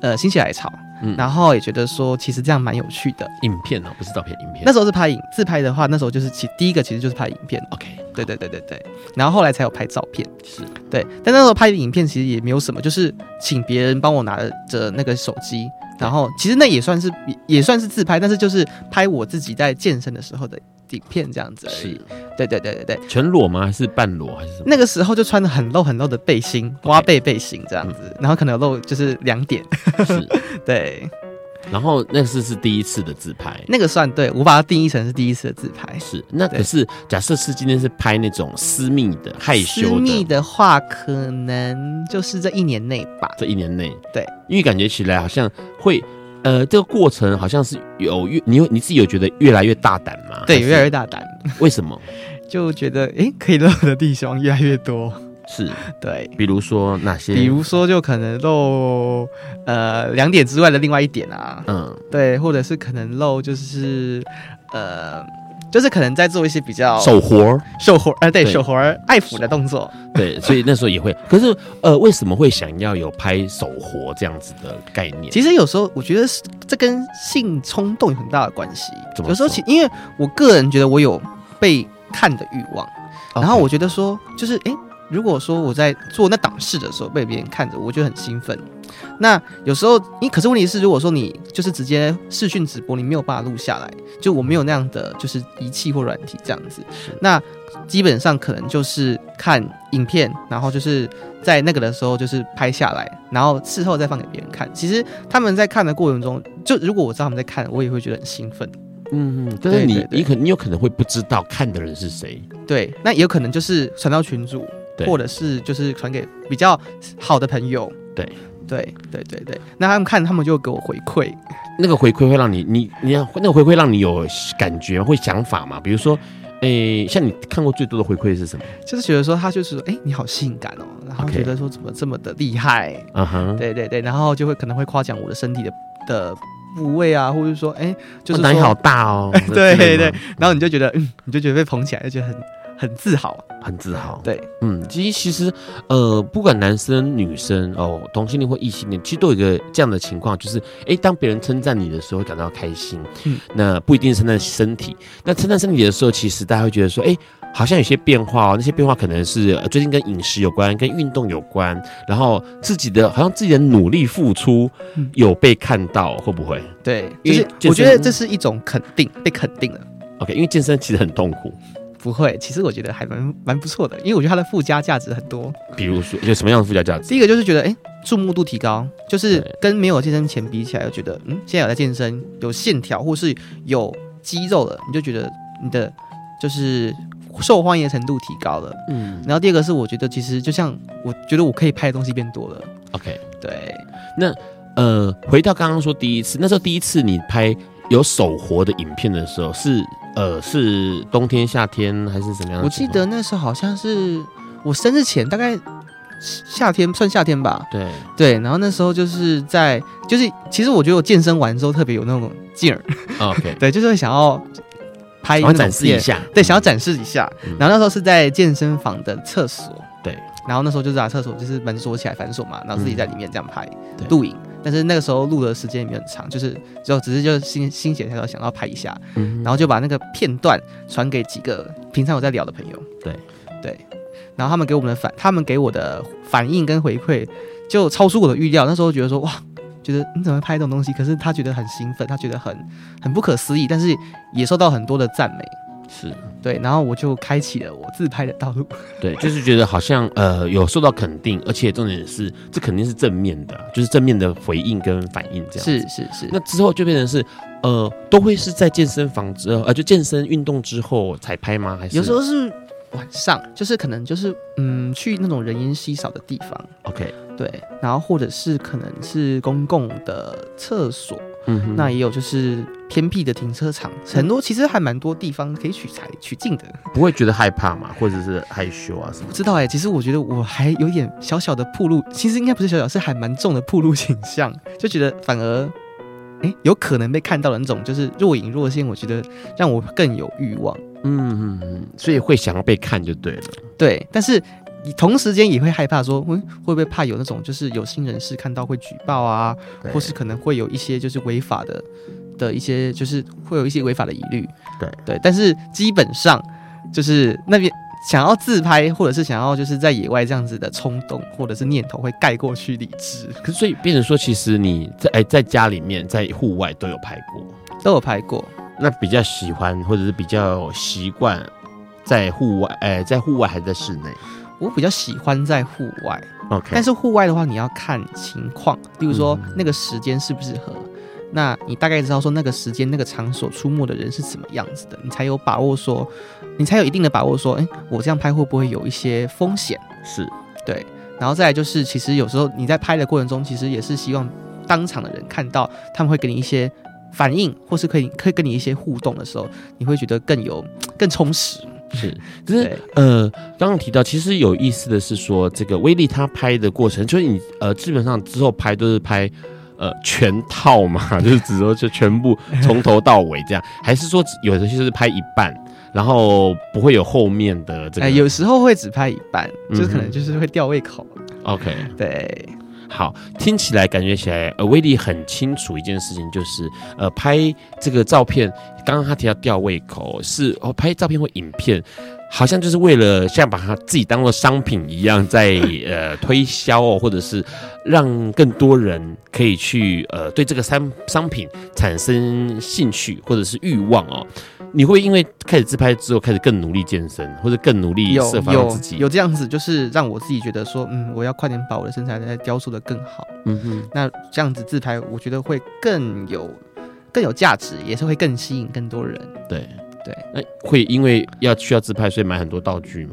[SPEAKER 3] 呃心血来潮，
[SPEAKER 1] 嗯
[SPEAKER 3] 然后也觉得说其实这样蛮有趣的。
[SPEAKER 1] 影片哦，不是照片，影片。
[SPEAKER 3] 那时候是拍影自拍的话，那时候就是其第一个其实就是拍影片，
[SPEAKER 1] OK，
[SPEAKER 3] 对对对对对，然后后来才有拍照片。
[SPEAKER 1] 是
[SPEAKER 3] 对，但那时候拍的影片其实也没有什么，就是请别人帮我拿着那个手机，然后其实那也算是也也算是自拍，但是就是拍我自己在健身的时候的影片这样子而已。
[SPEAKER 1] 是，
[SPEAKER 3] 对对对对对，
[SPEAKER 1] 全裸吗？还是半裸？还是什么？
[SPEAKER 3] 那个时候就穿的很露很露的背心，挖背背心这样
[SPEAKER 1] 嗯
[SPEAKER 3] 子，然后可能有露就是两点。
[SPEAKER 1] 是。
[SPEAKER 3] 对，
[SPEAKER 1] 然后那是是第一次的自拍，
[SPEAKER 3] 那个算对，我把它定义成是第一次的自拍。
[SPEAKER 1] 是。那
[SPEAKER 3] 对
[SPEAKER 1] 可是假设是今天是拍那种私密的、害羞
[SPEAKER 3] 私密
[SPEAKER 1] 的，
[SPEAKER 3] 的话，可能就是这一年内吧。
[SPEAKER 1] 这一年内，
[SPEAKER 3] 对，
[SPEAKER 1] 因为感觉起来好像会，呃，这个过程好像是有越你有你自己有觉得越来越大胆吗？
[SPEAKER 3] 对，
[SPEAKER 1] 还是
[SPEAKER 3] 越来越大胆，
[SPEAKER 1] 为什么？
[SPEAKER 3] 就觉得诶可以露的地方越来越多。
[SPEAKER 1] 是，
[SPEAKER 3] 对，
[SPEAKER 1] 比如说哪些？
[SPEAKER 3] 比如说，就可能露呃两点之外的另外一点啊，
[SPEAKER 1] 嗯，
[SPEAKER 3] 对，或者是可能露就是呃，就是可能在做一些比较
[SPEAKER 1] 手活儿，
[SPEAKER 3] 手活儿，呃，对
[SPEAKER 1] 对
[SPEAKER 3] 手活儿爱抚的动作，
[SPEAKER 1] 对，所以那时候也会。可是呃，为什么会想要有拍手活这样子的概念？
[SPEAKER 3] 其实有时候我觉得是这跟性冲动有很大的关系。
[SPEAKER 1] 怎么
[SPEAKER 3] 有时候
[SPEAKER 1] 说
[SPEAKER 3] 其因为我个人觉得我有被看的欲望，然后
[SPEAKER 1] OK
[SPEAKER 3] 我觉得说就是诶，如果说我在做那档事的时候被别人看着，我就很兴奋。那有时候，你可是问题是，如果说你就是直接视讯直播，你没有办法录下来，就我没有那样的就是仪器或软体这样子，那基本上可能就是看影片，然后就是在那个的时候就是拍下来，然后事后再放给别人看。其实他们在看的过程中，就如果我知道他们在看，我也会觉得很兴奋。
[SPEAKER 1] 嗯，嗯但是你
[SPEAKER 3] 对对对
[SPEAKER 1] 你可你有可能会不知道看的人是谁，
[SPEAKER 3] 对，那也有可能就是传到群组，
[SPEAKER 1] 对
[SPEAKER 3] 或者是就是传给比较好的朋友。
[SPEAKER 1] 对。
[SPEAKER 3] 对对对对，那他们看，他们就给我回馈，那
[SPEAKER 1] 那个回馈会让你你你要那个回馈让你有感觉会想法嘛？比如说，诶、像你看过最多的回馈是什么？
[SPEAKER 3] 就是觉得说他就是哎、诶你好性感哦，然后
[SPEAKER 1] OK
[SPEAKER 3] 觉得说怎么这么的厉害，
[SPEAKER 1] 啊哈，
[SPEAKER 3] 对对对，然后就会可能会夸奖我的身体的的部位啊，或者说哎、诶就是
[SPEAKER 1] 哦
[SPEAKER 3] 说
[SPEAKER 1] 奶好，大哦，
[SPEAKER 3] 对
[SPEAKER 1] 之类的
[SPEAKER 3] 对
[SPEAKER 1] 吗，，
[SPEAKER 3] 然后你就觉得嗯，你就觉得被捧起来，就觉得很很自豪，
[SPEAKER 1] 很自豪。
[SPEAKER 3] 对，
[SPEAKER 1] 嗯，其实其实呃，不管男生女生哦，同性恋或异性恋，其实都有一个这样的情况，就是诶，当别人称赞你的时候，感到开心。
[SPEAKER 3] 嗯
[SPEAKER 1] 那不一定是称赞身体，那称赞身体的时候，其实大家会觉得说，诶，好像有些变化哦，那些变化可能是呃最近跟饮食有关，跟运动有关，然后自己的好像自己的努力付出
[SPEAKER 3] 嗯
[SPEAKER 1] 有被看到，会不会
[SPEAKER 3] 对，
[SPEAKER 1] 因
[SPEAKER 3] 就
[SPEAKER 1] 为
[SPEAKER 3] 是
[SPEAKER 1] 健
[SPEAKER 3] 我觉得
[SPEAKER 1] 身
[SPEAKER 3] 这是一种肯定，被肯定了。
[SPEAKER 1] ？OK，因为健身其实很痛苦，
[SPEAKER 3] 不会，其实我觉得还蛮蛮不错的，因为我觉得它的附加价值很多。
[SPEAKER 1] 比如说有什么样的附加价值？
[SPEAKER 3] 第一个就是觉得，哎，注目度提高，就是
[SPEAKER 1] 对
[SPEAKER 3] 跟没有健身前比起来，我觉得，嗯，现在有在健身，有线条或是有肌肉了，你就觉得你的就是受欢迎的程度提高了。
[SPEAKER 1] 嗯
[SPEAKER 3] 然后第二个是，我觉得其实就像我觉得我可以拍的东西变多了，
[SPEAKER 1] ，OK，
[SPEAKER 3] 对，
[SPEAKER 1] 呃，回到刚刚说第一次，那时候第一次你拍有手活的影片的时候，是呃是冬天、夏天还是怎么样的
[SPEAKER 3] 我
[SPEAKER 1] 情况？
[SPEAKER 3] 记得那时候好像是我生日前，大概夏天算夏天吧，
[SPEAKER 1] 对，
[SPEAKER 3] 对，然后那时候就是在，就是其实我觉得我健身完之后特别有那种劲儿，
[SPEAKER 1] 哦 OK，
[SPEAKER 3] 对，就是会想要拍，
[SPEAKER 1] 我展示一，下，
[SPEAKER 3] 对，想要展示一下。
[SPEAKER 1] 嗯
[SPEAKER 3] 然后那时候是在健身房的厕所，
[SPEAKER 1] 对，嗯
[SPEAKER 3] 然后那时候就是把厕所就是门锁起来反锁嘛，然后自己在里面这样拍、
[SPEAKER 1] 对
[SPEAKER 3] 录影。但是那个时候录的时间也没有很长，就是就只是就是心心血来潮想要拍一下，
[SPEAKER 1] 嗯
[SPEAKER 3] 然后就把那个片段传给几个平常有在聊的朋友。
[SPEAKER 1] 对
[SPEAKER 3] 对，然后他们给我们的反，他们给我的反应跟回馈就超出我的预料。那时候觉得说哇，觉得嗯你怎么会拍这种东西？可是他觉得很兴奋，他觉得很很不可思议，但是也受到很多的赞美。
[SPEAKER 1] 是
[SPEAKER 3] 对，然后我就开启了我自拍的道路。
[SPEAKER 1] 对，就是觉得好像呃有受到肯定，而且重点是这肯定是正面的，就是正面的回应跟反应这样。
[SPEAKER 3] 是是是，
[SPEAKER 1] 那之后就变成是呃都会是在健身房之后，呃就健身运动之后才拍吗？还是
[SPEAKER 3] 有时候是晚上，就是可能就是嗯，去那种人烟稀少的地方，
[SPEAKER 1] OK，
[SPEAKER 3] 对，然后或者是可能是公共的厕所，
[SPEAKER 1] 嗯哼
[SPEAKER 3] 那也有就是偏僻的停车场，很多其实还蛮多地方可以取材取景的。
[SPEAKER 1] 不会觉得害怕嘛，或者是害羞啊什么
[SPEAKER 3] 不？知道哎、其实我觉得我还有点小小的铺路，其实应该不是小小，是还蛮重的铺路倾向，就觉得反而。哎，有可能被看到的那种，就是若隐若现，我觉得让我更有欲望。
[SPEAKER 1] 嗯嗯嗯，所以会想要被看就对了。
[SPEAKER 3] 对，但是你同时间也会害怕说，嗯，会不会怕有那种就是有心人士看到会举报啊，或是可能会有一些就是违法的的一些，就是会有一些违法的疑虑。
[SPEAKER 1] 对
[SPEAKER 3] 对，但是基本上就是那边想要自拍，或者是想要就是在野外这样子的冲动或者是念头会盖过去理智，
[SPEAKER 1] 可是所以变成说，其实你在哎、在家里面在户外都有拍过，
[SPEAKER 3] 都有拍过。
[SPEAKER 1] 那比较喜欢或者是比较习惯在户外哎、在户外还是在室内
[SPEAKER 3] 我比较喜欢在户外，
[SPEAKER 1] ？OK，
[SPEAKER 3] 但是户外的话，你要看情况，例如说
[SPEAKER 1] 嗯
[SPEAKER 3] 那个时间适不适合，那你大概知道说那个时间、那个场所出没的人是怎么样子的，你才有把握说，你才有一定的把握说，哎、我这样拍会不会有一些风险？
[SPEAKER 1] 是
[SPEAKER 3] 对，然后再来就是，其实有时候你在拍的过程中，其实也是希望当场的人看到，他们会给你一些反应，或是可以可以跟你一些互动的时候，你会觉得更有更充实。
[SPEAKER 1] 是，只是
[SPEAKER 3] 嗯对，
[SPEAKER 1] 呃，刚刚提到，其实有意思的是说，这个威力他拍的过程，就是你呃，基本上之后拍都是拍。呃，全套嘛， 就是只说就全部从头到尾这样，还是说只有的就是拍一半，然后不会有后面的这
[SPEAKER 3] 哎、
[SPEAKER 1] 个？
[SPEAKER 3] 有时候会只拍一半，就是
[SPEAKER 1] 嗯
[SPEAKER 3] 可
[SPEAKER 1] 哼
[SPEAKER 3] 能就是会吊胃口。
[SPEAKER 1] OK，
[SPEAKER 3] 对，
[SPEAKER 1] 好，听起来感觉起来，呃，威力很清楚一件事情，就是呃，拍这个照片，刚刚他提到吊胃口，是哦，拍照片或影片，好像就是为了像把它自己当做商品一样在 呃推销哦，或者是让更多人可以去呃对这个商商品产生兴趣或者是欲望哦。你会因为开始自拍之后开始更努力健身，或者更努力
[SPEAKER 3] 有
[SPEAKER 1] 设法让
[SPEAKER 3] 有
[SPEAKER 1] 自己
[SPEAKER 3] 有这样子，就是让我自己觉得说，嗯，我要快点把我的身材再雕塑的更好。
[SPEAKER 1] 嗯哼
[SPEAKER 3] 那这样子自拍，我觉得会更有更有价值，也是会更吸引更多人。
[SPEAKER 1] 对
[SPEAKER 3] 对，
[SPEAKER 1] 那哎会因为要需要自拍，所以买很多道具嘛，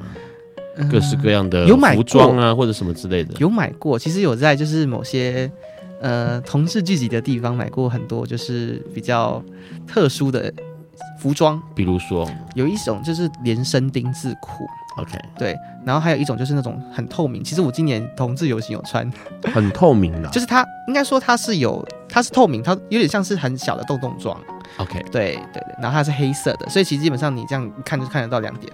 [SPEAKER 3] 嗯
[SPEAKER 1] 各式各样的
[SPEAKER 3] 有买
[SPEAKER 1] 服
[SPEAKER 3] 过
[SPEAKER 1] 装啊或者什么之类的。
[SPEAKER 3] 有买过，其实有在就是某些呃同志聚集的地方买过很多，就是比较特殊的服装，
[SPEAKER 1] 比如说
[SPEAKER 3] 有一种就是连身丁字裤，
[SPEAKER 1] ，OK，
[SPEAKER 3] 对，然后还有一种就是那种很透明。其实我今年同志游行有穿，
[SPEAKER 1] 很透明的，
[SPEAKER 3] 就是它应该说它是有它是透明，它有点像是很小的洞洞装，
[SPEAKER 1] OK，
[SPEAKER 3] 对对对，然后它是黑色的，所以其实基本上你这样一看就看得到两点，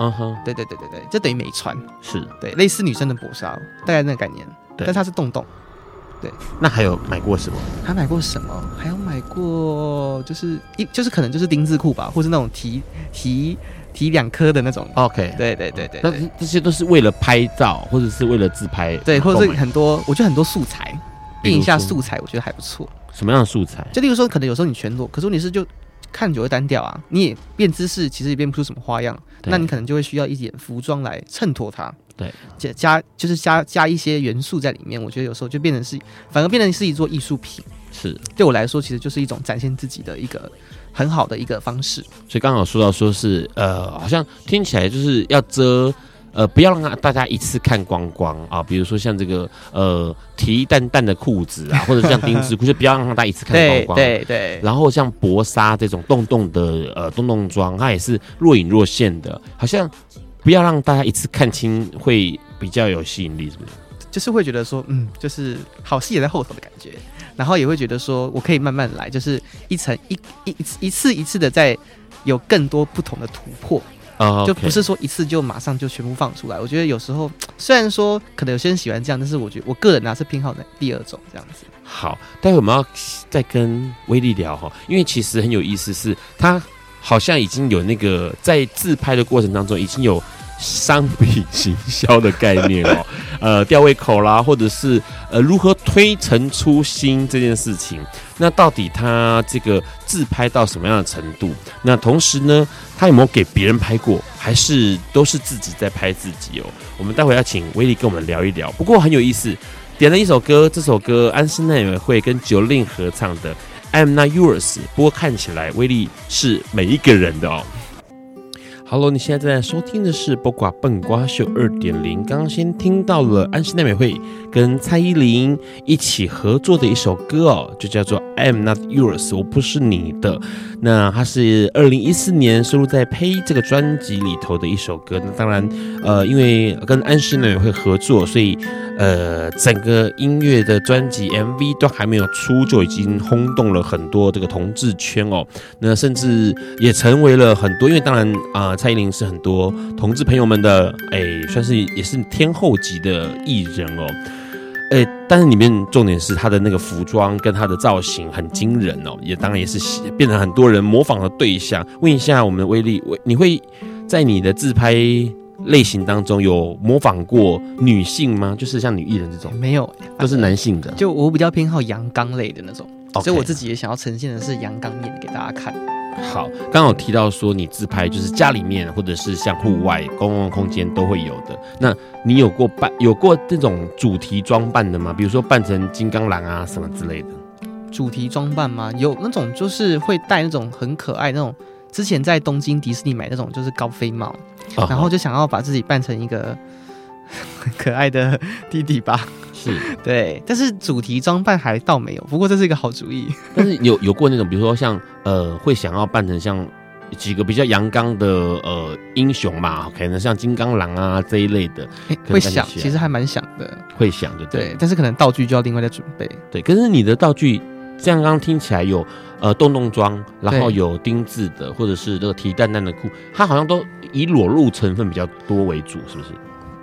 [SPEAKER 1] 嗯哼，
[SPEAKER 3] 对对对对对，这等于没穿，
[SPEAKER 1] 是。
[SPEAKER 3] 对，类似女生的薄纱，大概那个概念，
[SPEAKER 1] 对
[SPEAKER 3] 但它是洞洞。
[SPEAKER 1] 那还有买过什么？
[SPEAKER 3] 还买过什么？还有买过就是一就是可能就是丁字裤吧，或是那种提提提两颗的那种。
[SPEAKER 1] OK，
[SPEAKER 3] 对对对对
[SPEAKER 1] 但
[SPEAKER 3] 对
[SPEAKER 1] 是这些都是为了拍照，或者是为了自拍购买，
[SPEAKER 3] 对，或者是很多，我觉得很多素材，
[SPEAKER 1] 比如
[SPEAKER 3] 印一下
[SPEAKER 1] 说
[SPEAKER 3] 素材，我觉得还不错。
[SPEAKER 1] 什么样的素材？
[SPEAKER 3] 就例如说，可能有时候你全裸，可是你是就看久会单调啊，你也变姿势，其实也变不出什么花样，
[SPEAKER 1] 对
[SPEAKER 3] 那你可能就会需要一点服装来衬托它。
[SPEAKER 1] 对，
[SPEAKER 3] 加加就是加加一些元素在里面，我觉得有时候就变成是，反而变成是一座艺术品。
[SPEAKER 1] 是，
[SPEAKER 3] 对我来说，其实就是一种展现自己的一个很好的一个方式。
[SPEAKER 1] 所以刚好说到说是呃，好像听起来就是要遮。呃，不要让他大家一次看光光啊，比如说像这个呃提蛋蛋的裤子啊，或者像丁字裤，就不要让大家一次看光光。
[SPEAKER 3] 对对对
[SPEAKER 1] 然后像薄纱这种洞洞的呃洞洞装，它也是若隐若现的，好像不要让大家一次看清，会比较有吸引力，是不是？
[SPEAKER 3] 就是会觉得说，嗯，就是好戏也在后头的感觉，然后也会觉得说我可以慢慢来，就是一层一一一次一次一次的在有更多不同的突破
[SPEAKER 1] 啊
[SPEAKER 3] 就不是说一次就马上就全部放出来。我觉得有时候虽然说可能有些人喜欢这样，但是我觉得我个人啊呢、是偏好的第二种这样子。
[SPEAKER 1] 好，待会我们要再跟威力聊哈，因为其实很有意思是，他好像已经有那个在自拍的过程当中已经有商品行销的概念哦，呃，吊胃口啦，或者是呃如何推陈出新这件事情，那到底他这个自拍到什么样的程度？那同时呢，他有没有给别人拍过，还是都是自己在拍自己哦？我们待会要请威力跟我们聊一聊，不过很有意思。点了一首歌，这首歌安室奈美惠跟九令合唱的《I'm Not Yours》，不过看起来威力是每一个人的哦。Hello，你现在正在收听的是《播瓜笨瓜秀二点零》。刚刚先听到了安室奈美惠跟蔡依林一起合作的一首歌哦，就叫做《I'm Not Yours》，我不是你的。那它是二零一四年收录在《呸》这个专辑里头的一首歌。那当然，呃，因为跟安室奈美惠合作，所以呃，整个音乐的专辑 MV 都还没有出，就已经轰动了很多这个同志圈哦。那甚至也成为了很多，因为当然啊、蔡依林是很多同志朋友们的哎，算是也是天后级的艺人哦。哎，但是里面重点是她的那个服装跟她的造型很惊人哦，也当然也是喜变成很多人模仿的对象。问一下我们的威力，威你会在你的自拍类型当中有模仿过女性吗？就是像女艺人这种，
[SPEAKER 3] 没有，
[SPEAKER 1] 都是男性的。
[SPEAKER 3] 就我比较偏好阳刚类的那种
[SPEAKER 1] OK
[SPEAKER 3] 所以我自己也想要呈现的是阳刚面给大家看。
[SPEAKER 1] 好，刚刚有提到说你自拍就是家里面或者是像户外公共空间都会有的。那你有过扮有过这种主题装扮的吗？比如说扮成金刚狼啊什么之类的。
[SPEAKER 3] 主题装扮吗？有那种就是会戴那种很可爱那种，之前在东京迪士尼买那种就是高飞帽，
[SPEAKER 1] 啊
[SPEAKER 3] 然后就想要把自己扮成一个 很可爱的弟弟吧。
[SPEAKER 1] 是，
[SPEAKER 3] 对，但是主题装扮还倒没有，不过这是一个好主意。
[SPEAKER 1] 但是有有过那种，比如说像呃，会想要扮成像几个比较阳刚的呃英雄嘛，可能像金刚狼啊这一类的，
[SPEAKER 3] 诶
[SPEAKER 1] 可能
[SPEAKER 3] 会
[SPEAKER 1] 感觉
[SPEAKER 3] 想，
[SPEAKER 1] 起来
[SPEAKER 3] 其实还蛮想的。
[SPEAKER 1] 会想就对了
[SPEAKER 3] 对，但是可能道具就要另外再准备。
[SPEAKER 1] 对，可是你的道具，这样刚刚听起来有呃洞洞装，然后
[SPEAKER 3] 对
[SPEAKER 1] 有钉子的，或者是这个提蛋蛋的裤，它好像都以裸露成分比较多为主，是不是？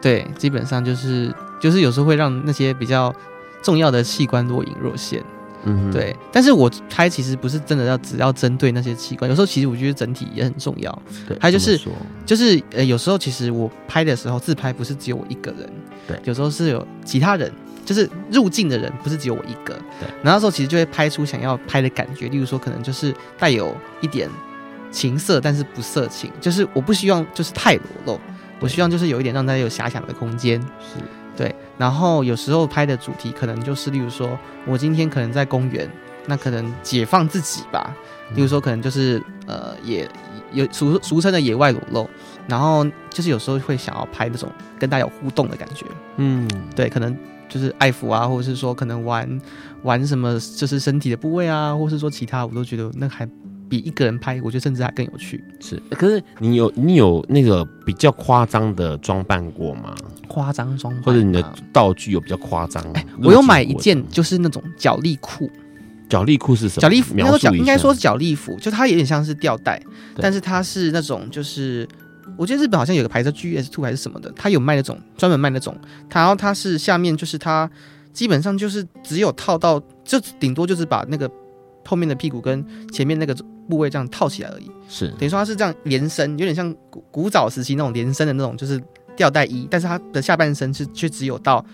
[SPEAKER 3] 对，基本上就是就是有时候会让那些比较重要的器官若隐若现。
[SPEAKER 1] 嗯哼，
[SPEAKER 3] 对，但是我猜其实不是真的要只要针对那些器官，有时候其实我觉得整体也很重要。
[SPEAKER 1] 对
[SPEAKER 3] 还有就是
[SPEAKER 1] 这么说
[SPEAKER 3] 就是呃，有时候其实我拍的时候自拍不是只有我一个人，
[SPEAKER 1] 对
[SPEAKER 3] 有时候是有其他人，就是入镜的人不是只有我一个，
[SPEAKER 1] 对。
[SPEAKER 3] 然后那时候其实就会拍出想要拍的感觉，例如说可能就是带有一点情色，但是不色情，就是我不希望就是太裸露，我希望就是有一点让大家有遐想的空间。
[SPEAKER 1] 是
[SPEAKER 3] 对，然后有时候拍的主题可能就是，例如说，我今天可能在公园，那可能解放自己吧，例如说可能就是呃也有俗俗称的野外裸露，然后就是有时候会想要拍那种跟大家有互动的感觉，
[SPEAKER 1] 嗯，
[SPEAKER 3] 对，可能就是爱抚啊，或者是说可能玩玩什么，就是身体的部位啊，或是说其他，我都觉得那还比一个人拍，我觉得甚至还更有趣。
[SPEAKER 1] 是。可是你有你有那个比较夸张的装扮过吗？
[SPEAKER 3] 夸张装扮啊
[SPEAKER 1] 或者你的道具有比较夸张？哎
[SPEAKER 3] 我有买一件就是那种脚力裤，
[SPEAKER 1] 脚力裤是什么？
[SPEAKER 3] 脚力服，应
[SPEAKER 1] 描
[SPEAKER 3] 该说
[SPEAKER 1] 述
[SPEAKER 3] 脚
[SPEAKER 1] 一
[SPEAKER 3] 应该
[SPEAKER 1] 下
[SPEAKER 3] 说是脚力服，就它有点像是吊带，
[SPEAKER 1] 对
[SPEAKER 3] 但是它是那种就是，我记得日本好像有个牌子 GS Two 还是什么的，它有卖那种专门卖那种，它然后它是下面就是它基本上就是只有套到，就顶多就是把那个后面的屁股跟前面那个部位这样套起来而已，
[SPEAKER 1] 是
[SPEAKER 3] 等于说它是这样连身，有点像古古早时期那种连身的那种就是吊带衣，但是它的下半身是却只有到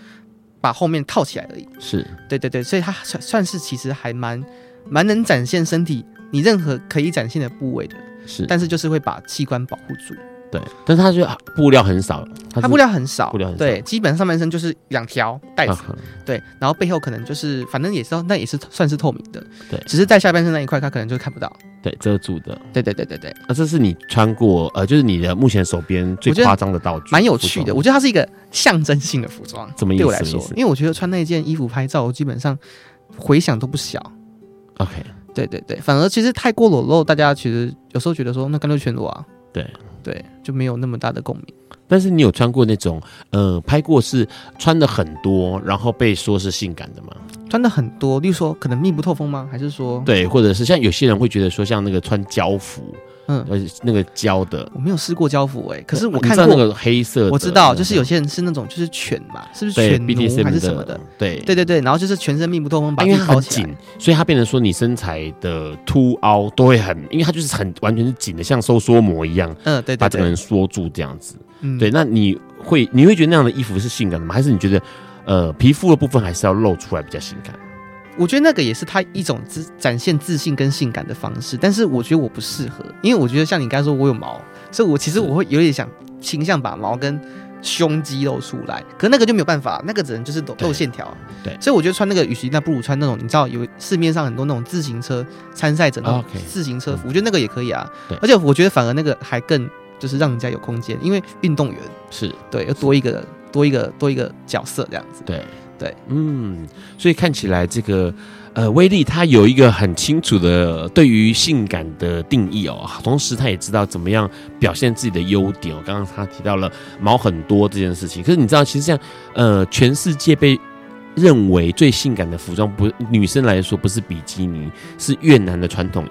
[SPEAKER 3] 把后面套起来而已。
[SPEAKER 1] 是
[SPEAKER 3] 对对对，所以它算算是其实还蛮蛮能展现身体你任何可以展现的部位的，
[SPEAKER 1] 是，
[SPEAKER 3] 但是就是会把器官保护住。
[SPEAKER 1] 对，但是它就布料很少，它
[SPEAKER 3] 它
[SPEAKER 1] 是
[SPEAKER 3] 布料很少，
[SPEAKER 1] 布料很少
[SPEAKER 3] 对，基本上半身就是两条带子，
[SPEAKER 1] 啊哈
[SPEAKER 3] 对，然后背后可能就是反正也是那也是算是透明的，
[SPEAKER 1] 对
[SPEAKER 3] 只是在下半身那一块它可能就看不到。
[SPEAKER 1] 对遮住的。
[SPEAKER 3] 对对对对对，
[SPEAKER 1] 啊，这是你穿过呃，就是你的目前手边最
[SPEAKER 3] 我觉得
[SPEAKER 1] 夸张的道具，
[SPEAKER 3] 蛮有趣的，
[SPEAKER 1] 服
[SPEAKER 3] 我觉得它是一个象征性的服装，
[SPEAKER 1] 怎么意思
[SPEAKER 3] 对我来
[SPEAKER 1] 什
[SPEAKER 3] 说
[SPEAKER 1] 么意思，
[SPEAKER 3] 因为我觉得穿那件衣服拍照，我基本上回响都不小。
[SPEAKER 1] 装 OK，
[SPEAKER 3] 对对对，反而其实太过裸露，大家其实有时候觉得说，那干脆全裸啊。
[SPEAKER 1] 对
[SPEAKER 3] 对，就没有那么大的共鸣。
[SPEAKER 1] 但是你有穿过那种呃，拍过是穿的很多，然后被说是性感的吗？
[SPEAKER 3] 穿的很多，例如说可能密不透风吗？还是说，
[SPEAKER 1] 对，或者是像有些人会觉得说，像那个穿胶服，
[SPEAKER 3] 嗯，
[SPEAKER 1] 呃，那个胶的，呃
[SPEAKER 3] 我没有试过胶服哎、可是我
[SPEAKER 1] 你
[SPEAKER 3] 看
[SPEAKER 1] 知道
[SPEAKER 3] 过，
[SPEAKER 1] 那个黑色的，
[SPEAKER 3] 我知道，就是有
[SPEAKER 1] 些
[SPEAKER 3] 些人是那种就是犬嘛，是不是
[SPEAKER 1] 对
[SPEAKER 3] 犬
[SPEAKER 1] BDSM
[SPEAKER 3] 奴还是什么的？，
[SPEAKER 1] 对
[SPEAKER 3] 对对啊对，然后就是全身密不透风，把
[SPEAKER 1] 啊因为
[SPEAKER 3] 自己
[SPEAKER 1] 它
[SPEAKER 3] 包
[SPEAKER 1] 很
[SPEAKER 3] 起来。
[SPEAKER 1] 紧，所以它变成说你身材的凸凹都会很，因为它就是很完全是紧的，像收缩膜一样，
[SPEAKER 3] 嗯，对对
[SPEAKER 1] 把整个
[SPEAKER 3] 对，
[SPEAKER 1] 人缩住这样子。
[SPEAKER 3] 嗯
[SPEAKER 1] 对，那你会你会觉得那样的衣服是性感的吗？还是你觉得呃皮肤的部分还是要露出来比较性感？
[SPEAKER 3] 我觉得那个也是他一种自展现自信跟性感的方式，但是我觉得我不适合，因为我觉得像你刚才说，我有毛，所以我其实我会有点想倾向把毛跟胸肌露出来，可那个就没有办法，那个只能就是露
[SPEAKER 1] 对
[SPEAKER 3] 露线条啊。
[SPEAKER 1] 对
[SPEAKER 3] 所以我觉得穿那个，与其那不如穿那种你知道有市面上很多那种自行车参赛者那种
[SPEAKER 1] OK
[SPEAKER 3] 自行车服，我觉得那个也可以啊
[SPEAKER 1] 对。
[SPEAKER 3] 而且我觉得反而那个还更就是让人家有空间，因为运动员
[SPEAKER 1] 是
[SPEAKER 3] 对又多一个多一个多一个角色这样子。
[SPEAKER 1] 对
[SPEAKER 3] 对，
[SPEAKER 1] 嗯，所以看起来这个呃威力他有一个很清楚的对于性感的定义哦，同时他也知道怎么样表现自己的优点哦。刚刚他提到了毛很多这件事情，可是你知道，其实像呃全世界被认为最性感的服装，不女生来说不是比基尼，是越南的传统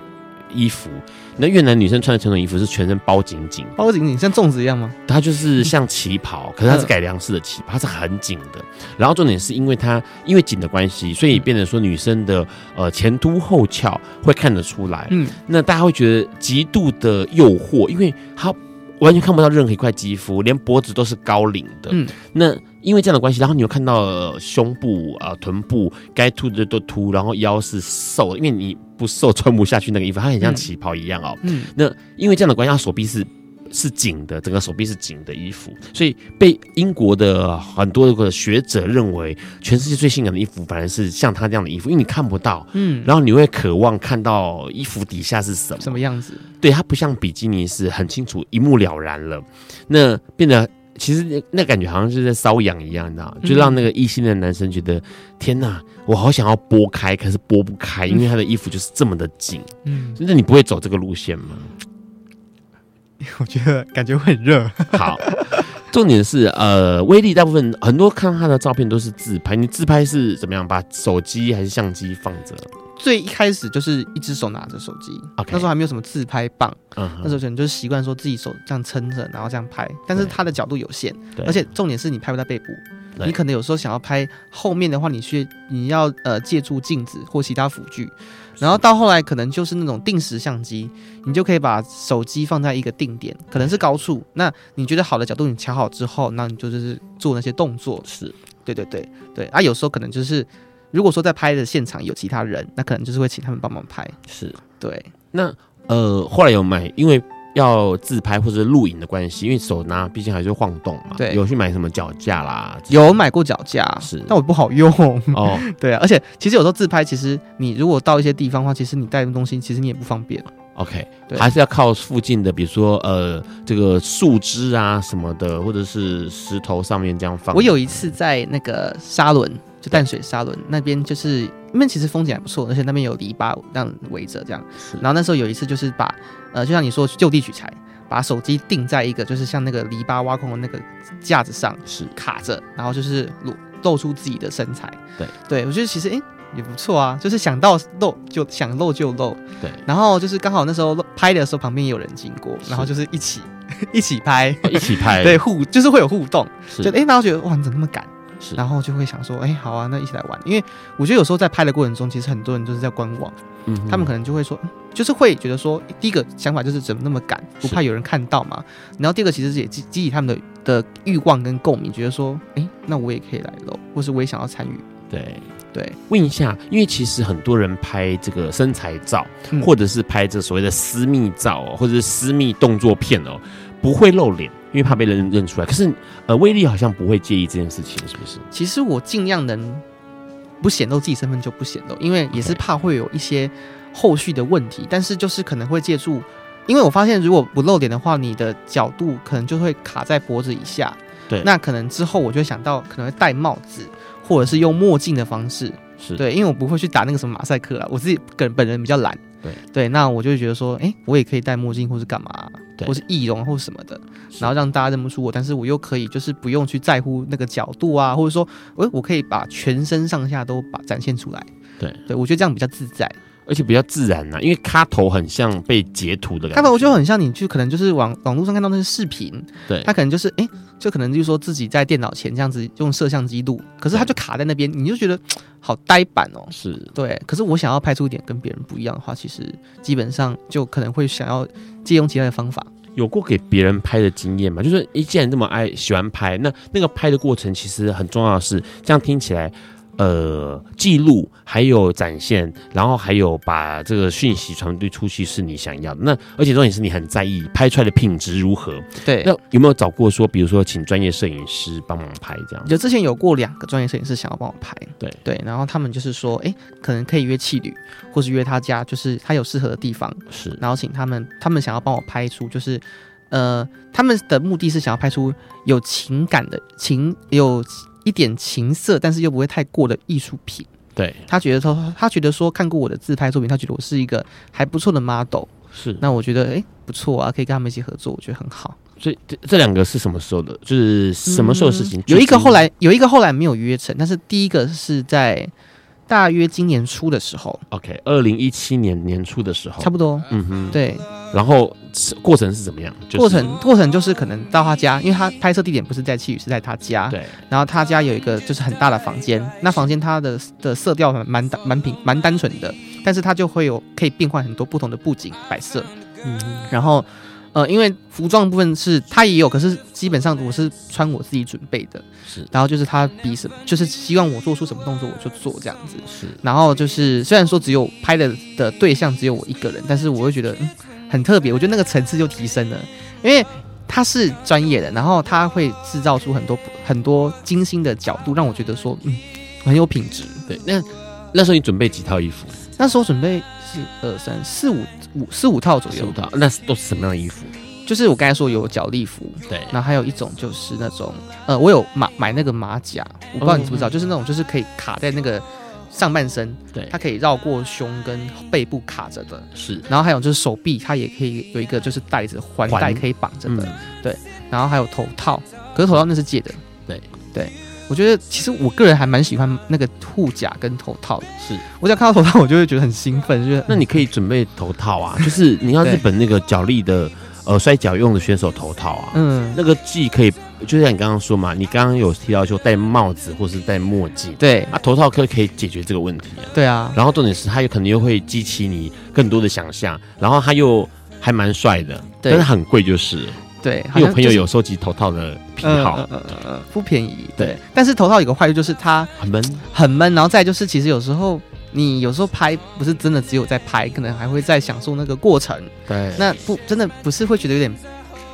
[SPEAKER 1] 衣服。那越南女生穿的传统衣服是全身包紧紧，
[SPEAKER 3] 包紧紧像粽子一样吗？
[SPEAKER 1] 它
[SPEAKER 3] 嗯
[SPEAKER 1] 就是像旗袍，可是它是改良式的旗袍，它是很紧的。然后重点是因为它因为紧的关系，所
[SPEAKER 3] 嗯
[SPEAKER 1] 以变得说女生的呃前凸后翘会看得出来。
[SPEAKER 3] 嗯，
[SPEAKER 1] 那大家会觉得极度的诱惑，因为它完全看不到任何一块肌肤，连脖子都是高领的。
[SPEAKER 3] 嗯，
[SPEAKER 1] 那因为这样的关系，然后你又看到、呃胸部啊、呃臀部该凸的都凸，然后腰是瘦的，因为你不瘦穿不下去那个衣服，它很像
[SPEAKER 3] 嗯
[SPEAKER 1] 旗袍一样哦。
[SPEAKER 3] 嗯，
[SPEAKER 1] 那因为这样的关系，他手臂是是紧的，整个手臂是紧的衣服，所以被英国的很多的学者认为，全世界最性感的衣服反而是像他这样的衣服，因为你看不到，
[SPEAKER 3] 嗯，
[SPEAKER 1] 然后你会渴望看到衣服底下是什么。
[SPEAKER 3] 什么样子？
[SPEAKER 1] 对，它不像比基尼是很清楚、一目了然了，那变得。其实那那感觉好像是在瘙痒一样，你知道吗？就让那个异性的男生觉得，天哪，我好想要拨开，可是拨不开，因为他的衣服就是这么的紧。
[SPEAKER 3] 嗯，
[SPEAKER 1] 那你不会走这个路线吗？
[SPEAKER 3] 我觉得感觉会很热。
[SPEAKER 1] 好，重点是呃，威力大部分很多看他的照片都是自拍，你自拍是怎么样？把手机还是相机放着？
[SPEAKER 3] 最一开始就是一只手拿着手机
[SPEAKER 1] OK
[SPEAKER 3] 那时候还没有什么自拍棒，
[SPEAKER 1] 嗯
[SPEAKER 3] 那时
[SPEAKER 1] 哼，
[SPEAKER 3] 候可能就是习惯说自己手这样撑着，然后这样拍，但是
[SPEAKER 1] 对
[SPEAKER 3] 它的角度有限，
[SPEAKER 1] 对
[SPEAKER 3] 而且重点是你拍不到背部。
[SPEAKER 1] 对
[SPEAKER 3] 你可能有时候想要拍后面的话，你去你要呃借助镜子或其他辅具，然后到后来可能就是那种定时相机，你就可以把手机放在一个定点，可能是高处，那你觉得好的角度你调好之后，那你就就是做那些动作，
[SPEAKER 1] 是
[SPEAKER 3] 对对对对啊，有时候可能就是，如果说在拍的现场有其他人，那可能就是会请他们帮忙拍。
[SPEAKER 1] 是。
[SPEAKER 3] 对，
[SPEAKER 1] 那呃，后来有买，因为要自拍或者录影的关系，因为手拿毕竟还是会晃动嘛。
[SPEAKER 3] 对
[SPEAKER 1] 有去买什么脚架啦？
[SPEAKER 3] 有买过脚架，
[SPEAKER 1] 是
[SPEAKER 3] 但我不好用。
[SPEAKER 1] 哦，
[SPEAKER 3] 对啊，而且其实有时候自拍，其实你如果到一些地方的话，其实你带东西，其实你也不方便。
[SPEAKER 1] OK，
[SPEAKER 3] 对
[SPEAKER 1] 还是要靠附近的，比如说呃，这个树枝啊什么的，或者是石头上面这样放。
[SPEAKER 3] 我有一次在那个沙伦，就淡水沙伦那边，就是那边其实风景还不错，而且那边有篱笆让围着这样。
[SPEAKER 1] 是，
[SPEAKER 3] 然后那时候有一次就是把，呃，就像你说就地取材，把手机定在一个就是像那个篱笆挖空的那个架子上
[SPEAKER 1] 是
[SPEAKER 3] 卡着，然后就是露露出自己的身材。
[SPEAKER 1] 对，
[SPEAKER 3] 对我觉得其实诶也不错啊，就是想到露就想露就露，
[SPEAKER 1] 对，
[SPEAKER 3] 然后就是刚好那时候拍的时候旁边也有人经过，然后就是一起 一起拍，
[SPEAKER 1] 一起拍。
[SPEAKER 3] 对，互就是会有互动，
[SPEAKER 1] 是，
[SPEAKER 3] 就哎、诶然后觉得哇你怎么那么敢，
[SPEAKER 1] 是，
[SPEAKER 3] 然后就会想说哎、诶好啊，那一起来玩，因为我觉得有时候在拍的过程中，其实很多人都是在观望，
[SPEAKER 1] 嗯哼
[SPEAKER 3] 他们可能就会说，嗯就是会觉得说第一个想法就是怎么那么敢，不
[SPEAKER 1] 是
[SPEAKER 3] 怕有人看到嘛，然后第二个其实也激激起他们的的欲望跟共鸣，觉得说哎、诶那我也可以来喽，或是我也想要参与，
[SPEAKER 1] 对。
[SPEAKER 3] 对，
[SPEAKER 1] 问一下，因为其实很多人拍这个身材照，
[SPEAKER 3] 嗯
[SPEAKER 1] 或者是拍这所谓的私密照哦，或者是私密动作片哦，不会露脸，因为怕被人认出来。可是呃，威力好像不会介意这件事情，是不是？
[SPEAKER 3] 其实我尽量能不显露自己身份就不显露，因为也是
[SPEAKER 1] OK
[SPEAKER 3] 怕会有一些后续的问题。但是就是可能会借助，因为我发现如果不露脸的话，你的角度可能就会卡在脖子以下。
[SPEAKER 1] 对
[SPEAKER 3] 那可能之后我就会想到可能会戴帽子，或者是用墨镜的方式。
[SPEAKER 1] 是，
[SPEAKER 3] 对，因为我不会去打那个什么马赛克啊，我自己个人本人比较懒。
[SPEAKER 1] 对
[SPEAKER 3] 那我就会觉得说，哎、我也可以戴墨镜，或是干嘛，
[SPEAKER 1] 对
[SPEAKER 3] 或是易容啊或什么的，
[SPEAKER 1] 是
[SPEAKER 3] 然后让大家认不出我，但是我又可以就是不用去在乎那个角度啊，或者说，我我可以把全身上下都把展现出来。
[SPEAKER 1] 对，
[SPEAKER 3] 对我觉得这样比较自在。
[SPEAKER 1] 而且比较自然呐、啊因为卡头很像被截图的感觉。
[SPEAKER 3] 看到我就很像你去可能就是网网络上看到那些视频，
[SPEAKER 1] 对
[SPEAKER 3] 他可能就是哎、诶就可能就是说自己在电脑前这样子用摄像机录，可是他就卡在那边，你就觉得嘖好呆板哦。
[SPEAKER 1] 是
[SPEAKER 3] 对，可是我想要拍出一点跟别人不一样的话，其实基本上就可能会想要借用其他的方法。
[SPEAKER 1] 有过给别人拍的经验吗？就是一既然这么爱喜欢拍，那那个拍的过程其实很重要的是，这样听起来，呃，记录还有展现，然后还有把这个讯息传递出去是你想要的。那而且重点是你很在意拍出来的品质如何。
[SPEAKER 3] 对，
[SPEAKER 1] 那有没有找过说，比如说请专业摄影师帮忙拍这样？
[SPEAKER 3] 就之前有过两个专业摄影师想要帮我拍，
[SPEAKER 1] 对
[SPEAKER 3] 对，然后他们就是说，哎、可能可以约妻旅，或是约他家，就是他有适合的地方，
[SPEAKER 1] 是
[SPEAKER 3] 然后请他们，他们想要帮我拍出，就是，呃，他们的目的是想要拍出有情感的情，有一点情色，但是又不会太过的艺术品。
[SPEAKER 1] 对，
[SPEAKER 3] 他觉得说，他觉得说看过我的自拍作品，他觉得我是一个还不错的 model。
[SPEAKER 1] 是。
[SPEAKER 3] 那我觉得，哎、不错啊，可以跟他们一起合作，我觉得很好。
[SPEAKER 1] 所以这这两个是什么时候的？就是什么时候的事情？
[SPEAKER 3] 嗯有一个后来，有一个后来没有约成，但是第一个是在大约今年初的时候，
[SPEAKER 1] ，OK，二零一七年年初的时候，
[SPEAKER 3] 差不多。
[SPEAKER 1] 嗯哼，
[SPEAKER 3] 对，
[SPEAKER 1] 然后是过程是怎么样？就是、
[SPEAKER 3] 过程过程就是可能到他家，因为他拍摄地点不是在七宇，是在他家。
[SPEAKER 1] 对
[SPEAKER 3] 然后他家有一个就是很大的房间，那房间它的的色调蛮蛮单蛮平蛮单纯的，但是它就会有可以变换很多不同的布景摆设，嗯，然后呃，因为服装部分是他也有，可是基本上我是穿我自己准备的，
[SPEAKER 1] 是
[SPEAKER 3] 然后就是他比什么，就是希望我做出什么动作我就做这样子，
[SPEAKER 1] 是
[SPEAKER 3] 然后就是虽然说只有拍的的对象只有我一个人，但是我会觉得、嗯、很特别，我觉得那个层次就提升了，因为他是专业的，然后他会制造出很多很多精心的角度，让我觉得说嗯很有品质。
[SPEAKER 1] 对。那那时候你准备几套衣服？
[SPEAKER 3] 那时候准备是二三四五五四五套左右，
[SPEAKER 1] 套，那是都是什么样的衣服？
[SPEAKER 3] 就是我刚才说有脚力服，
[SPEAKER 1] 对，
[SPEAKER 3] 然后还有一种就是那种呃，我有马买那个马甲，我不知道你知不知道，
[SPEAKER 1] 嗯
[SPEAKER 3] 就是那种就是可以卡在那个上半身，
[SPEAKER 1] 对
[SPEAKER 3] 它可以绕过胸跟背部卡着的。
[SPEAKER 1] 是
[SPEAKER 3] 然后还有就是手臂，它也可以有一个就是带着环带
[SPEAKER 1] 环嗯
[SPEAKER 3] 可以绑着
[SPEAKER 1] 真
[SPEAKER 3] 的，
[SPEAKER 1] 的
[SPEAKER 3] 然后还有头套，可是头套那是借的。
[SPEAKER 1] 对
[SPEAKER 3] 对，我觉得其实我个人还蛮喜欢那个护甲跟头套的，
[SPEAKER 1] 是。
[SPEAKER 3] 我只要看到头套，我就会觉得很兴奋，就是
[SPEAKER 1] 那你可以准备头套 啊，就是你要
[SPEAKER 3] 对
[SPEAKER 1] 日本那个脚力的呃摔跤用的选手头套啊，
[SPEAKER 3] 嗯，
[SPEAKER 1] 那个既可以，就像你刚刚说嘛，你刚刚有提到说戴帽子或是戴墨镜，
[SPEAKER 3] 对
[SPEAKER 1] 啊，头套可可以解决这个问题啊。
[SPEAKER 3] 对啊，
[SPEAKER 1] 然后重点是，它有可能又会激起你更多的想象，然后它又还蛮帅的，
[SPEAKER 3] 对
[SPEAKER 1] 但是很贵就是了，
[SPEAKER 3] 对，好
[SPEAKER 1] 因为
[SPEAKER 3] 像
[SPEAKER 1] 我朋友
[SPEAKER 3] 就是
[SPEAKER 1] 有收集头套的癖
[SPEAKER 3] 嗯
[SPEAKER 1] 好，
[SPEAKER 3] 嗯嗯嗯嗯，不便宜。
[SPEAKER 1] 对，
[SPEAKER 3] 但是头套有个坏处就是它
[SPEAKER 1] 很闷，
[SPEAKER 3] 很闷，然后再就是其实有时候你有时候拍不是真的只有在拍，可能还会在享受那个过程。
[SPEAKER 1] 对，
[SPEAKER 3] 那不真的不是会觉得有点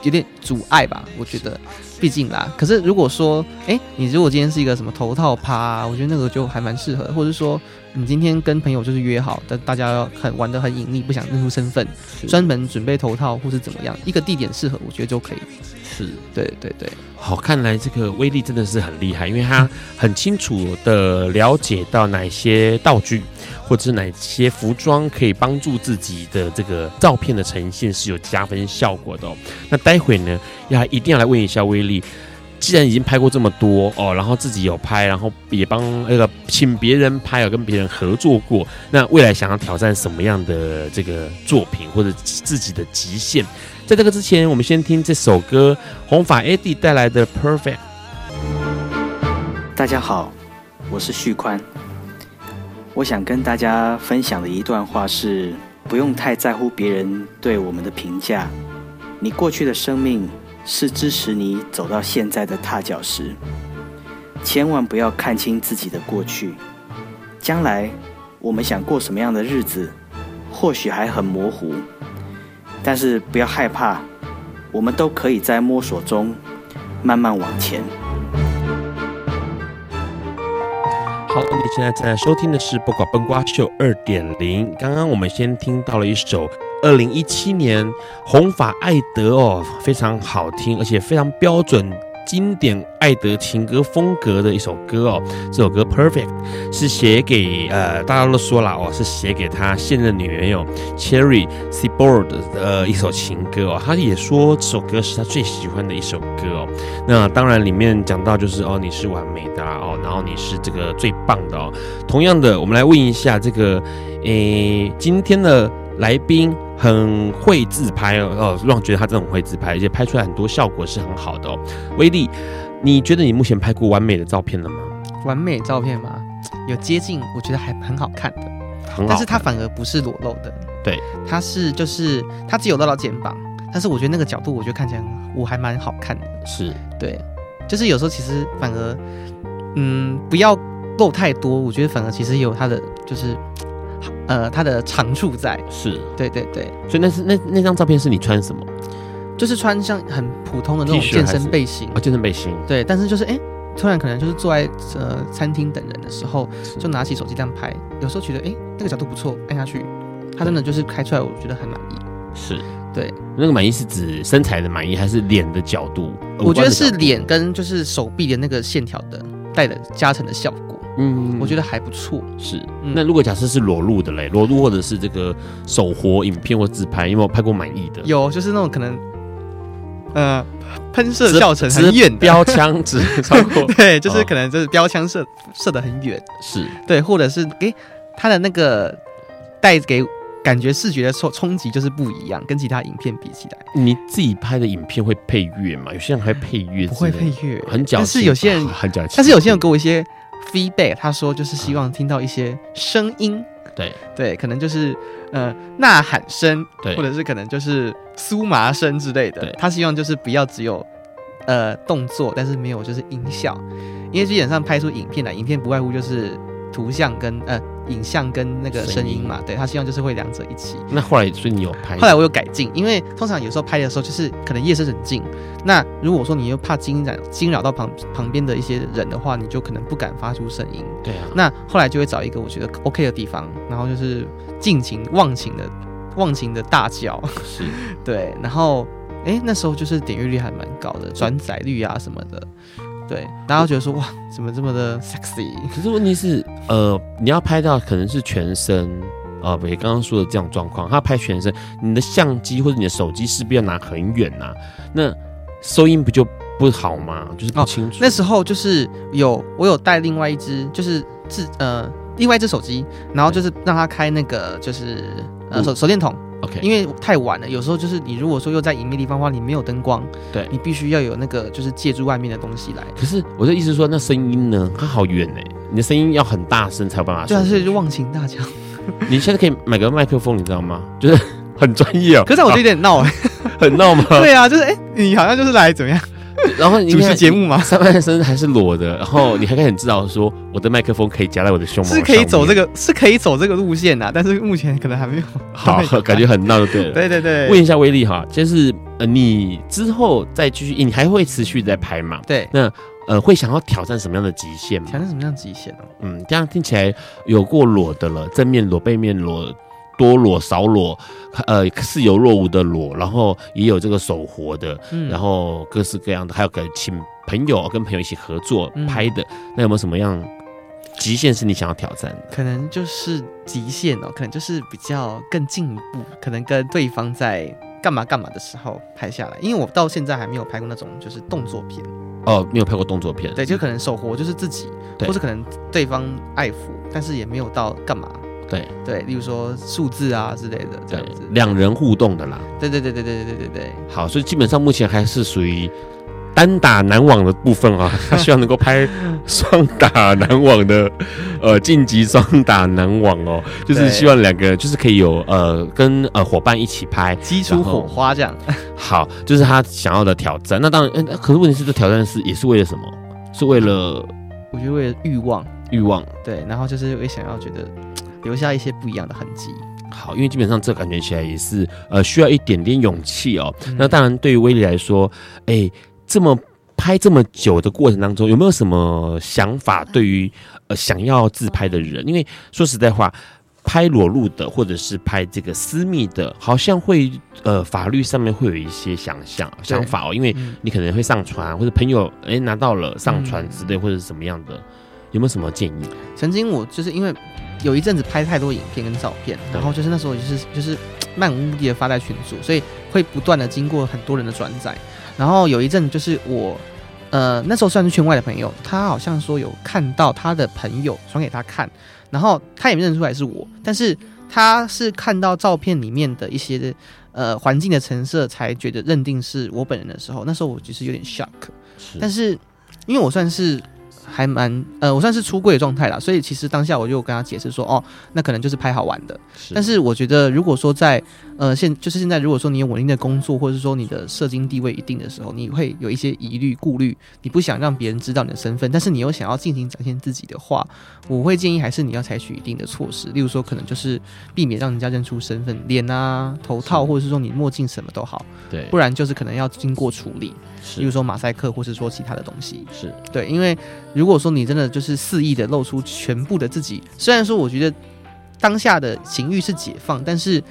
[SPEAKER 3] 有点阻碍吧？我觉得，毕竟啦。可是如果说，哎、你如果今天是一个什么头套趴、啊我觉得那个就还蛮适合。或者说，你今天跟朋友就是约好，但大家要很玩的很隐秘，不想认出身份，
[SPEAKER 1] 是
[SPEAKER 3] 专门准备头套或是怎么样，一个地点适合，我觉得就可以。
[SPEAKER 1] 是
[SPEAKER 3] 对对对，
[SPEAKER 1] 好，看来这个威力真的是很厉害，因为他很清楚的了解到哪些道具或者是哪些服装可以帮助自己的这个照片的呈现是有加分效果的、哦。那待会呢，要一定要来问一下威力。既然已经拍过这么多哦，然后自己有拍，然后也帮那个请别人拍，有跟别人合作过，那未来想要挑战什么样的这个作品或者自己的极限？在这个之前，我们先听这首歌，红发 AD 带来的 Perfect。
[SPEAKER 4] 大家好，我是旭宽。我想跟大家分享的一段话是：不用太在乎别人对我们的评价。你过去的生命是支持你走到现在的踏脚石。千万不要看清自己的过去。将来我们想过什么样的日子，或许还很模糊，但是不要害怕，我们都可以在摸索中慢慢往前。
[SPEAKER 1] 好，你现在正在收听的是《不管崩瓜秀》二点零。刚刚我们先听到了一首二零一七年红发艾德哦，非常好听，而且非常标准。经典艾德情歌风格的一首歌哦，这首歌《Perfect》是写给呃，大家都说了哦，是写给他现任女朋友 Cherry s e b o r d 的一首情歌哦。他也说这首歌是他最喜欢的一首歌哦。那当然，里面讲到就是哦，你是完美的啦哦，然后你是这个最棒的哦。同样的，我们来问一下这个诶，今天的来宾很会自拍哦哦，让我觉得他真的很会自拍，而且拍出来很多效果是很好的哦。威力，你觉得你目前拍过完美的照片了吗？
[SPEAKER 3] 完美照片嘛，有接近，我觉得还很好看的。
[SPEAKER 1] 很好看，
[SPEAKER 3] 但是它反而不是裸露的，
[SPEAKER 1] 对，
[SPEAKER 3] 它是就是它只有露到肩膀，但是我觉得那个角度，我觉得看起来很我还蛮好看的，
[SPEAKER 1] 是
[SPEAKER 3] 对，就是有时候其实反而，嗯，不要露太多，我觉得反而其实有它的就是，呃，它的长处在，
[SPEAKER 1] 是，
[SPEAKER 3] 对对对，
[SPEAKER 1] 所以那是那那张照片是你穿什么？
[SPEAKER 3] 就是穿像很普通的那种
[SPEAKER 1] T 恤
[SPEAKER 3] 健
[SPEAKER 1] 还
[SPEAKER 3] 身
[SPEAKER 1] 是
[SPEAKER 3] 背心
[SPEAKER 1] 啊、，健身背心，
[SPEAKER 3] 对，但是就是哎。诶突然可能就是坐在呃餐厅等人的时候，就拿起手机这样拍，有时候觉得哎、诶那个角度不错，按下去，它真的就是开出来，我觉得很满意。
[SPEAKER 1] 是
[SPEAKER 3] 对。
[SPEAKER 1] 那个满意是指身材的满意，还是脸的角度？
[SPEAKER 3] 我觉得是
[SPEAKER 1] 五官的角度，
[SPEAKER 3] 脸跟就是手臂的那个线条的带的加成的效果，
[SPEAKER 1] 嗯
[SPEAKER 3] 我觉
[SPEAKER 1] 得
[SPEAKER 3] 得还不错。
[SPEAKER 1] 是。
[SPEAKER 3] 嗯
[SPEAKER 1] 那如果假设是裸露的嘞，裸露或者是这个手活影片或自拍，有没有拍过满意的？
[SPEAKER 3] 有就是那种可能， 呃，喷射
[SPEAKER 1] 直
[SPEAKER 3] 笑程
[SPEAKER 1] 直
[SPEAKER 3] 很远的，
[SPEAKER 1] 标枪 只超过
[SPEAKER 3] 对，就是
[SPEAKER 1] 哦
[SPEAKER 3] 可能就是标枪射射的很远，
[SPEAKER 1] 是
[SPEAKER 3] 对，或者是诶，它的那个带给感觉视觉的冲冲击就是不一样，跟其他影片比起来，
[SPEAKER 1] 你自己拍的影片会配乐吗？有些人还配乐，
[SPEAKER 3] 不会配，乐，
[SPEAKER 1] 很矫情。
[SPEAKER 3] 但是有些人
[SPEAKER 1] 啊很矫情，
[SPEAKER 3] 但是有些人给我一些 feedback，他说就是希望听到一些声音，
[SPEAKER 1] 啊对
[SPEAKER 3] 对，可能就是呃呐喊声，
[SPEAKER 1] 对
[SPEAKER 3] 或者是可能就是酥麻声之类的
[SPEAKER 1] 对。
[SPEAKER 3] 他希望就是不要只有呃动作，但是没有就是音效，因为基本上拍出影片来，影片不外乎就是图像跟呃影像跟那个声
[SPEAKER 1] 声音
[SPEAKER 3] 音嘛，对他希望就是会两者一起。
[SPEAKER 1] 那后来所以你有拍，
[SPEAKER 3] 后来我有改进，因为通常有时候拍的时候就是可能夜深人静，那如果说你又怕惊扰惊扰到旁旁边的一些人的话，你就可能不敢发出声音。
[SPEAKER 1] 对啊，
[SPEAKER 3] 那后来就会找一个我觉得 OK 的地方，然后就是尽情忘情的忘情的大叫，
[SPEAKER 1] 是
[SPEAKER 3] 对，然后诶，那时候就是点阅率还蛮高的，转载率啊什么的，对，大家都觉得说哇怎么这么的 sexy，
[SPEAKER 1] 可是问题是，呃，你要拍到可能是全身，啊，不也刚刚说的这样状况，他拍全身，你的相机或者你的手机势必要拿很远呐、那收音不就不好吗？就是不
[SPEAKER 3] 哦
[SPEAKER 1] 清楚。
[SPEAKER 3] 那时候就是有我有带另外一只就是自呃另外一只手机，然后就是让它开那个就是呃
[SPEAKER 1] 嗯
[SPEAKER 3] 手手电筒，
[SPEAKER 1] OK，
[SPEAKER 3] 因为太晚了，有时候就是你如果说又在隐秘地方的话，你没有灯光，
[SPEAKER 1] 对
[SPEAKER 3] 你必须要有那个就是借助外面的东西来。
[SPEAKER 1] 可是我的意思是说，那声音呢？它好远哎、你的声音要很大声才有办法。
[SPEAKER 3] 对啊，所以就。忘情大叫。
[SPEAKER 1] 你现在可以买个麦克风，你知道吗？就是 很专业哦、
[SPEAKER 3] 可是我就有
[SPEAKER 1] 啊
[SPEAKER 3] 点闹、欸，
[SPEAKER 1] 很闹吗？
[SPEAKER 3] 对啊，就是哎、诶你好像就是来怎么样？
[SPEAKER 1] 然后你
[SPEAKER 3] 主持
[SPEAKER 1] 看
[SPEAKER 3] 节目啊吗
[SPEAKER 1] 上半身还是裸的，然后你还可以很知道说我的麦克风可以夹在我的胸毛上
[SPEAKER 3] 是
[SPEAKER 1] 面，
[SPEAKER 3] 可以走这个是可以走这个路线呐、但是目前可能还没有。
[SPEAKER 1] 好，感觉很闹就对了。
[SPEAKER 3] 对对对，
[SPEAKER 1] 问一下威力哈，就是呃，你之后再继续，你还会持续在拍嘛？
[SPEAKER 3] 对
[SPEAKER 1] 呃，会想要挑战什么样的极限
[SPEAKER 3] 挑
[SPEAKER 1] 吗？
[SPEAKER 3] 战什么样的极限哦？
[SPEAKER 1] 嗯，这样听起来有过裸的了，正面裸、背面裸、多裸、少裸，呃，似有若无的裸，然后也有这个手活的，
[SPEAKER 3] 嗯，
[SPEAKER 1] 然后各式各样的，还有跟请朋友跟朋友一起合作
[SPEAKER 3] 嗯
[SPEAKER 1] 拍的，那有没有什么样极限是你想要挑战的？
[SPEAKER 3] 可能就是极限哦，可能就是比较更进一步，可能跟对方在干嘛干嘛的时候拍下来。因为我到现在还没有拍过那种就是动作片，
[SPEAKER 1] 哦，没有拍过动作片，
[SPEAKER 3] 对，就可能手活就是自己，
[SPEAKER 1] 对
[SPEAKER 3] 或者可能对方爱抚，但是也没有到干嘛。
[SPEAKER 1] 对
[SPEAKER 3] 对，例如说数字啊之类的这
[SPEAKER 1] 对
[SPEAKER 3] 样子，。
[SPEAKER 1] 两人互动的啦。
[SPEAKER 3] 对对对对对对对对对，
[SPEAKER 1] 好，所以基本上目前还是属于单打男网的部分啊，他希望能够拍双打男网的，呃，晋级双打男网哦，就是
[SPEAKER 3] 对
[SPEAKER 1] 希望两个人就是可以有呃跟呃伙伴一起拍，
[SPEAKER 3] 激出火花这样。
[SPEAKER 1] 好，就是他想要的挑战。那当然，嗯、可是问题是这挑战是也是为了什么？是为了
[SPEAKER 3] 我觉得为了欲望，
[SPEAKER 1] 欲望。
[SPEAKER 3] 对，然后就是也想要觉得留下一些不一样的痕迹。
[SPEAKER 1] 好，因为基本上这感觉起来也是呃需要一点点勇气哦。
[SPEAKER 3] 嗯
[SPEAKER 1] 那当然，对于威力来说，哎、这么拍这么久的过程当中，有没有什么想法？
[SPEAKER 3] 嗯
[SPEAKER 1] 对于呃想要自拍的人，因为说实在话。拍裸露的，或者是拍这个私密的，好像会呃法律上面会有一些想象想法哦，因为
[SPEAKER 3] 嗯
[SPEAKER 1] 你可能会上传，或者朋友哎、拿到了上传
[SPEAKER 3] 嗯
[SPEAKER 1] 之类，或者是怎么样的，有没有什么建议？
[SPEAKER 3] 曾经我就是因为有一阵子拍太多影片跟照片，然后就是那时候就是就是漫无目的的发在群组，所以会不断的经过很多人的转载。然后有一阵就是我，呃，那时候算是圈外的朋友，他好像说有看到他的朋友传给他看，然后他也没认出来是我，但是他是看到照片里面的一些的呃环境的成色，才觉得认定是我本人的时候，那时候我其实有点 shock。
[SPEAKER 1] 是
[SPEAKER 3] 但是因为我算是还蛮呃，我算是出柜的状态啦，所以其实当下我就跟他解释说，哦，那可能就是拍好玩的。但是我觉得，如果说在呃现就是现在，如果说你有稳定的工作，或者是说你的社经地位一定的时候，你会有一些疑虑、顾虑，你不想让别人知道你的身份，但是你又想要尽情展现自己的话，我会建议还是你要采取一定的措施，例如说可能就是避免让人家认出身份，脸啊、头套，
[SPEAKER 1] 是
[SPEAKER 3] 或者是说你墨镜什么都好，
[SPEAKER 1] 对
[SPEAKER 3] 不，然就是可能要经过处理，例如
[SPEAKER 1] 是
[SPEAKER 3] 说马赛克，或是说其他的东西。
[SPEAKER 1] 是
[SPEAKER 3] 对，因为如果说你真的就是肆意的露出全部的自己，虽然说我觉得当下的情欲是解放，但是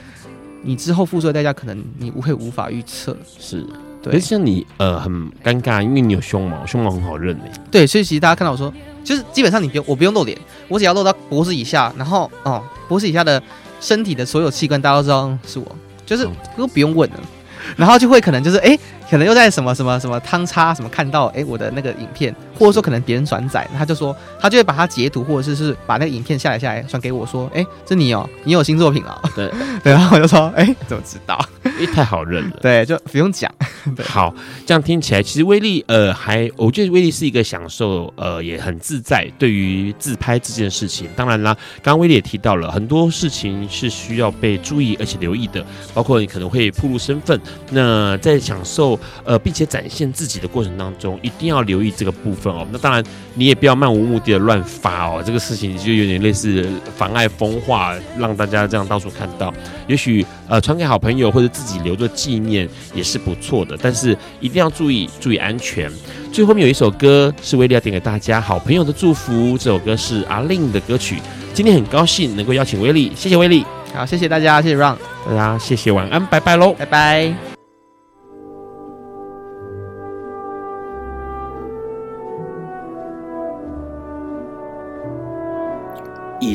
[SPEAKER 3] 你之后付出的代价可能你会无法预测。
[SPEAKER 1] 是，可
[SPEAKER 3] 对
[SPEAKER 1] 是像你呃很尴尬，因为你有胸毛，胸毛很好认诶、
[SPEAKER 3] 对，所以其实大家看到我说，就是基本上你不用我不用露脸，我只要露到脖子以下，然后哦脖子以下的身体的所有器官大家都知道嗯是我，就是
[SPEAKER 1] 嗯
[SPEAKER 3] 都不用问了。然后就会可能就是哎，可能又在什么什么什么汤叉什么看到哎我的那个影片，或者说可能别人转载，他就说他就会把它截图，或者是是把那个影片下载下来传给我说，哎，这你哦，你有新作品了、哦。
[SPEAKER 1] 对
[SPEAKER 3] 对，然后我就说，哎，怎么知道？
[SPEAKER 1] 因为太好认了。
[SPEAKER 3] 对，就不用讲。 对
[SPEAKER 1] 好，这样听起来，其实威力呃还，我觉得威力是一个享受，呃也很自在。对于自拍这件事情，当然啦，刚刚威力也提到了很多事情是需要被注意而且留意的，包括你可能会暴露身份。那在享受呃并且展现自己的过程当中，一定要留意这个部分哦。那当然，你也不要漫无目的的乱发哦，这个事情就有点类似妨碍风化，让大家这样到处看到。也许呃传给好朋友或者自己留作纪念也是不错的，但是一定要注意注意安全。最后面有一首歌是威利要点给大家，《好朋友的祝福》这首歌是阿令的歌曲。今天很高兴能够邀请威利，谢谢威利，
[SPEAKER 3] 好，谢谢大家，谢谢 Run，
[SPEAKER 1] 大家谢谢，晚安，拜拜喽。
[SPEAKER 3] 拜拜。
[SPEAKER 5] 以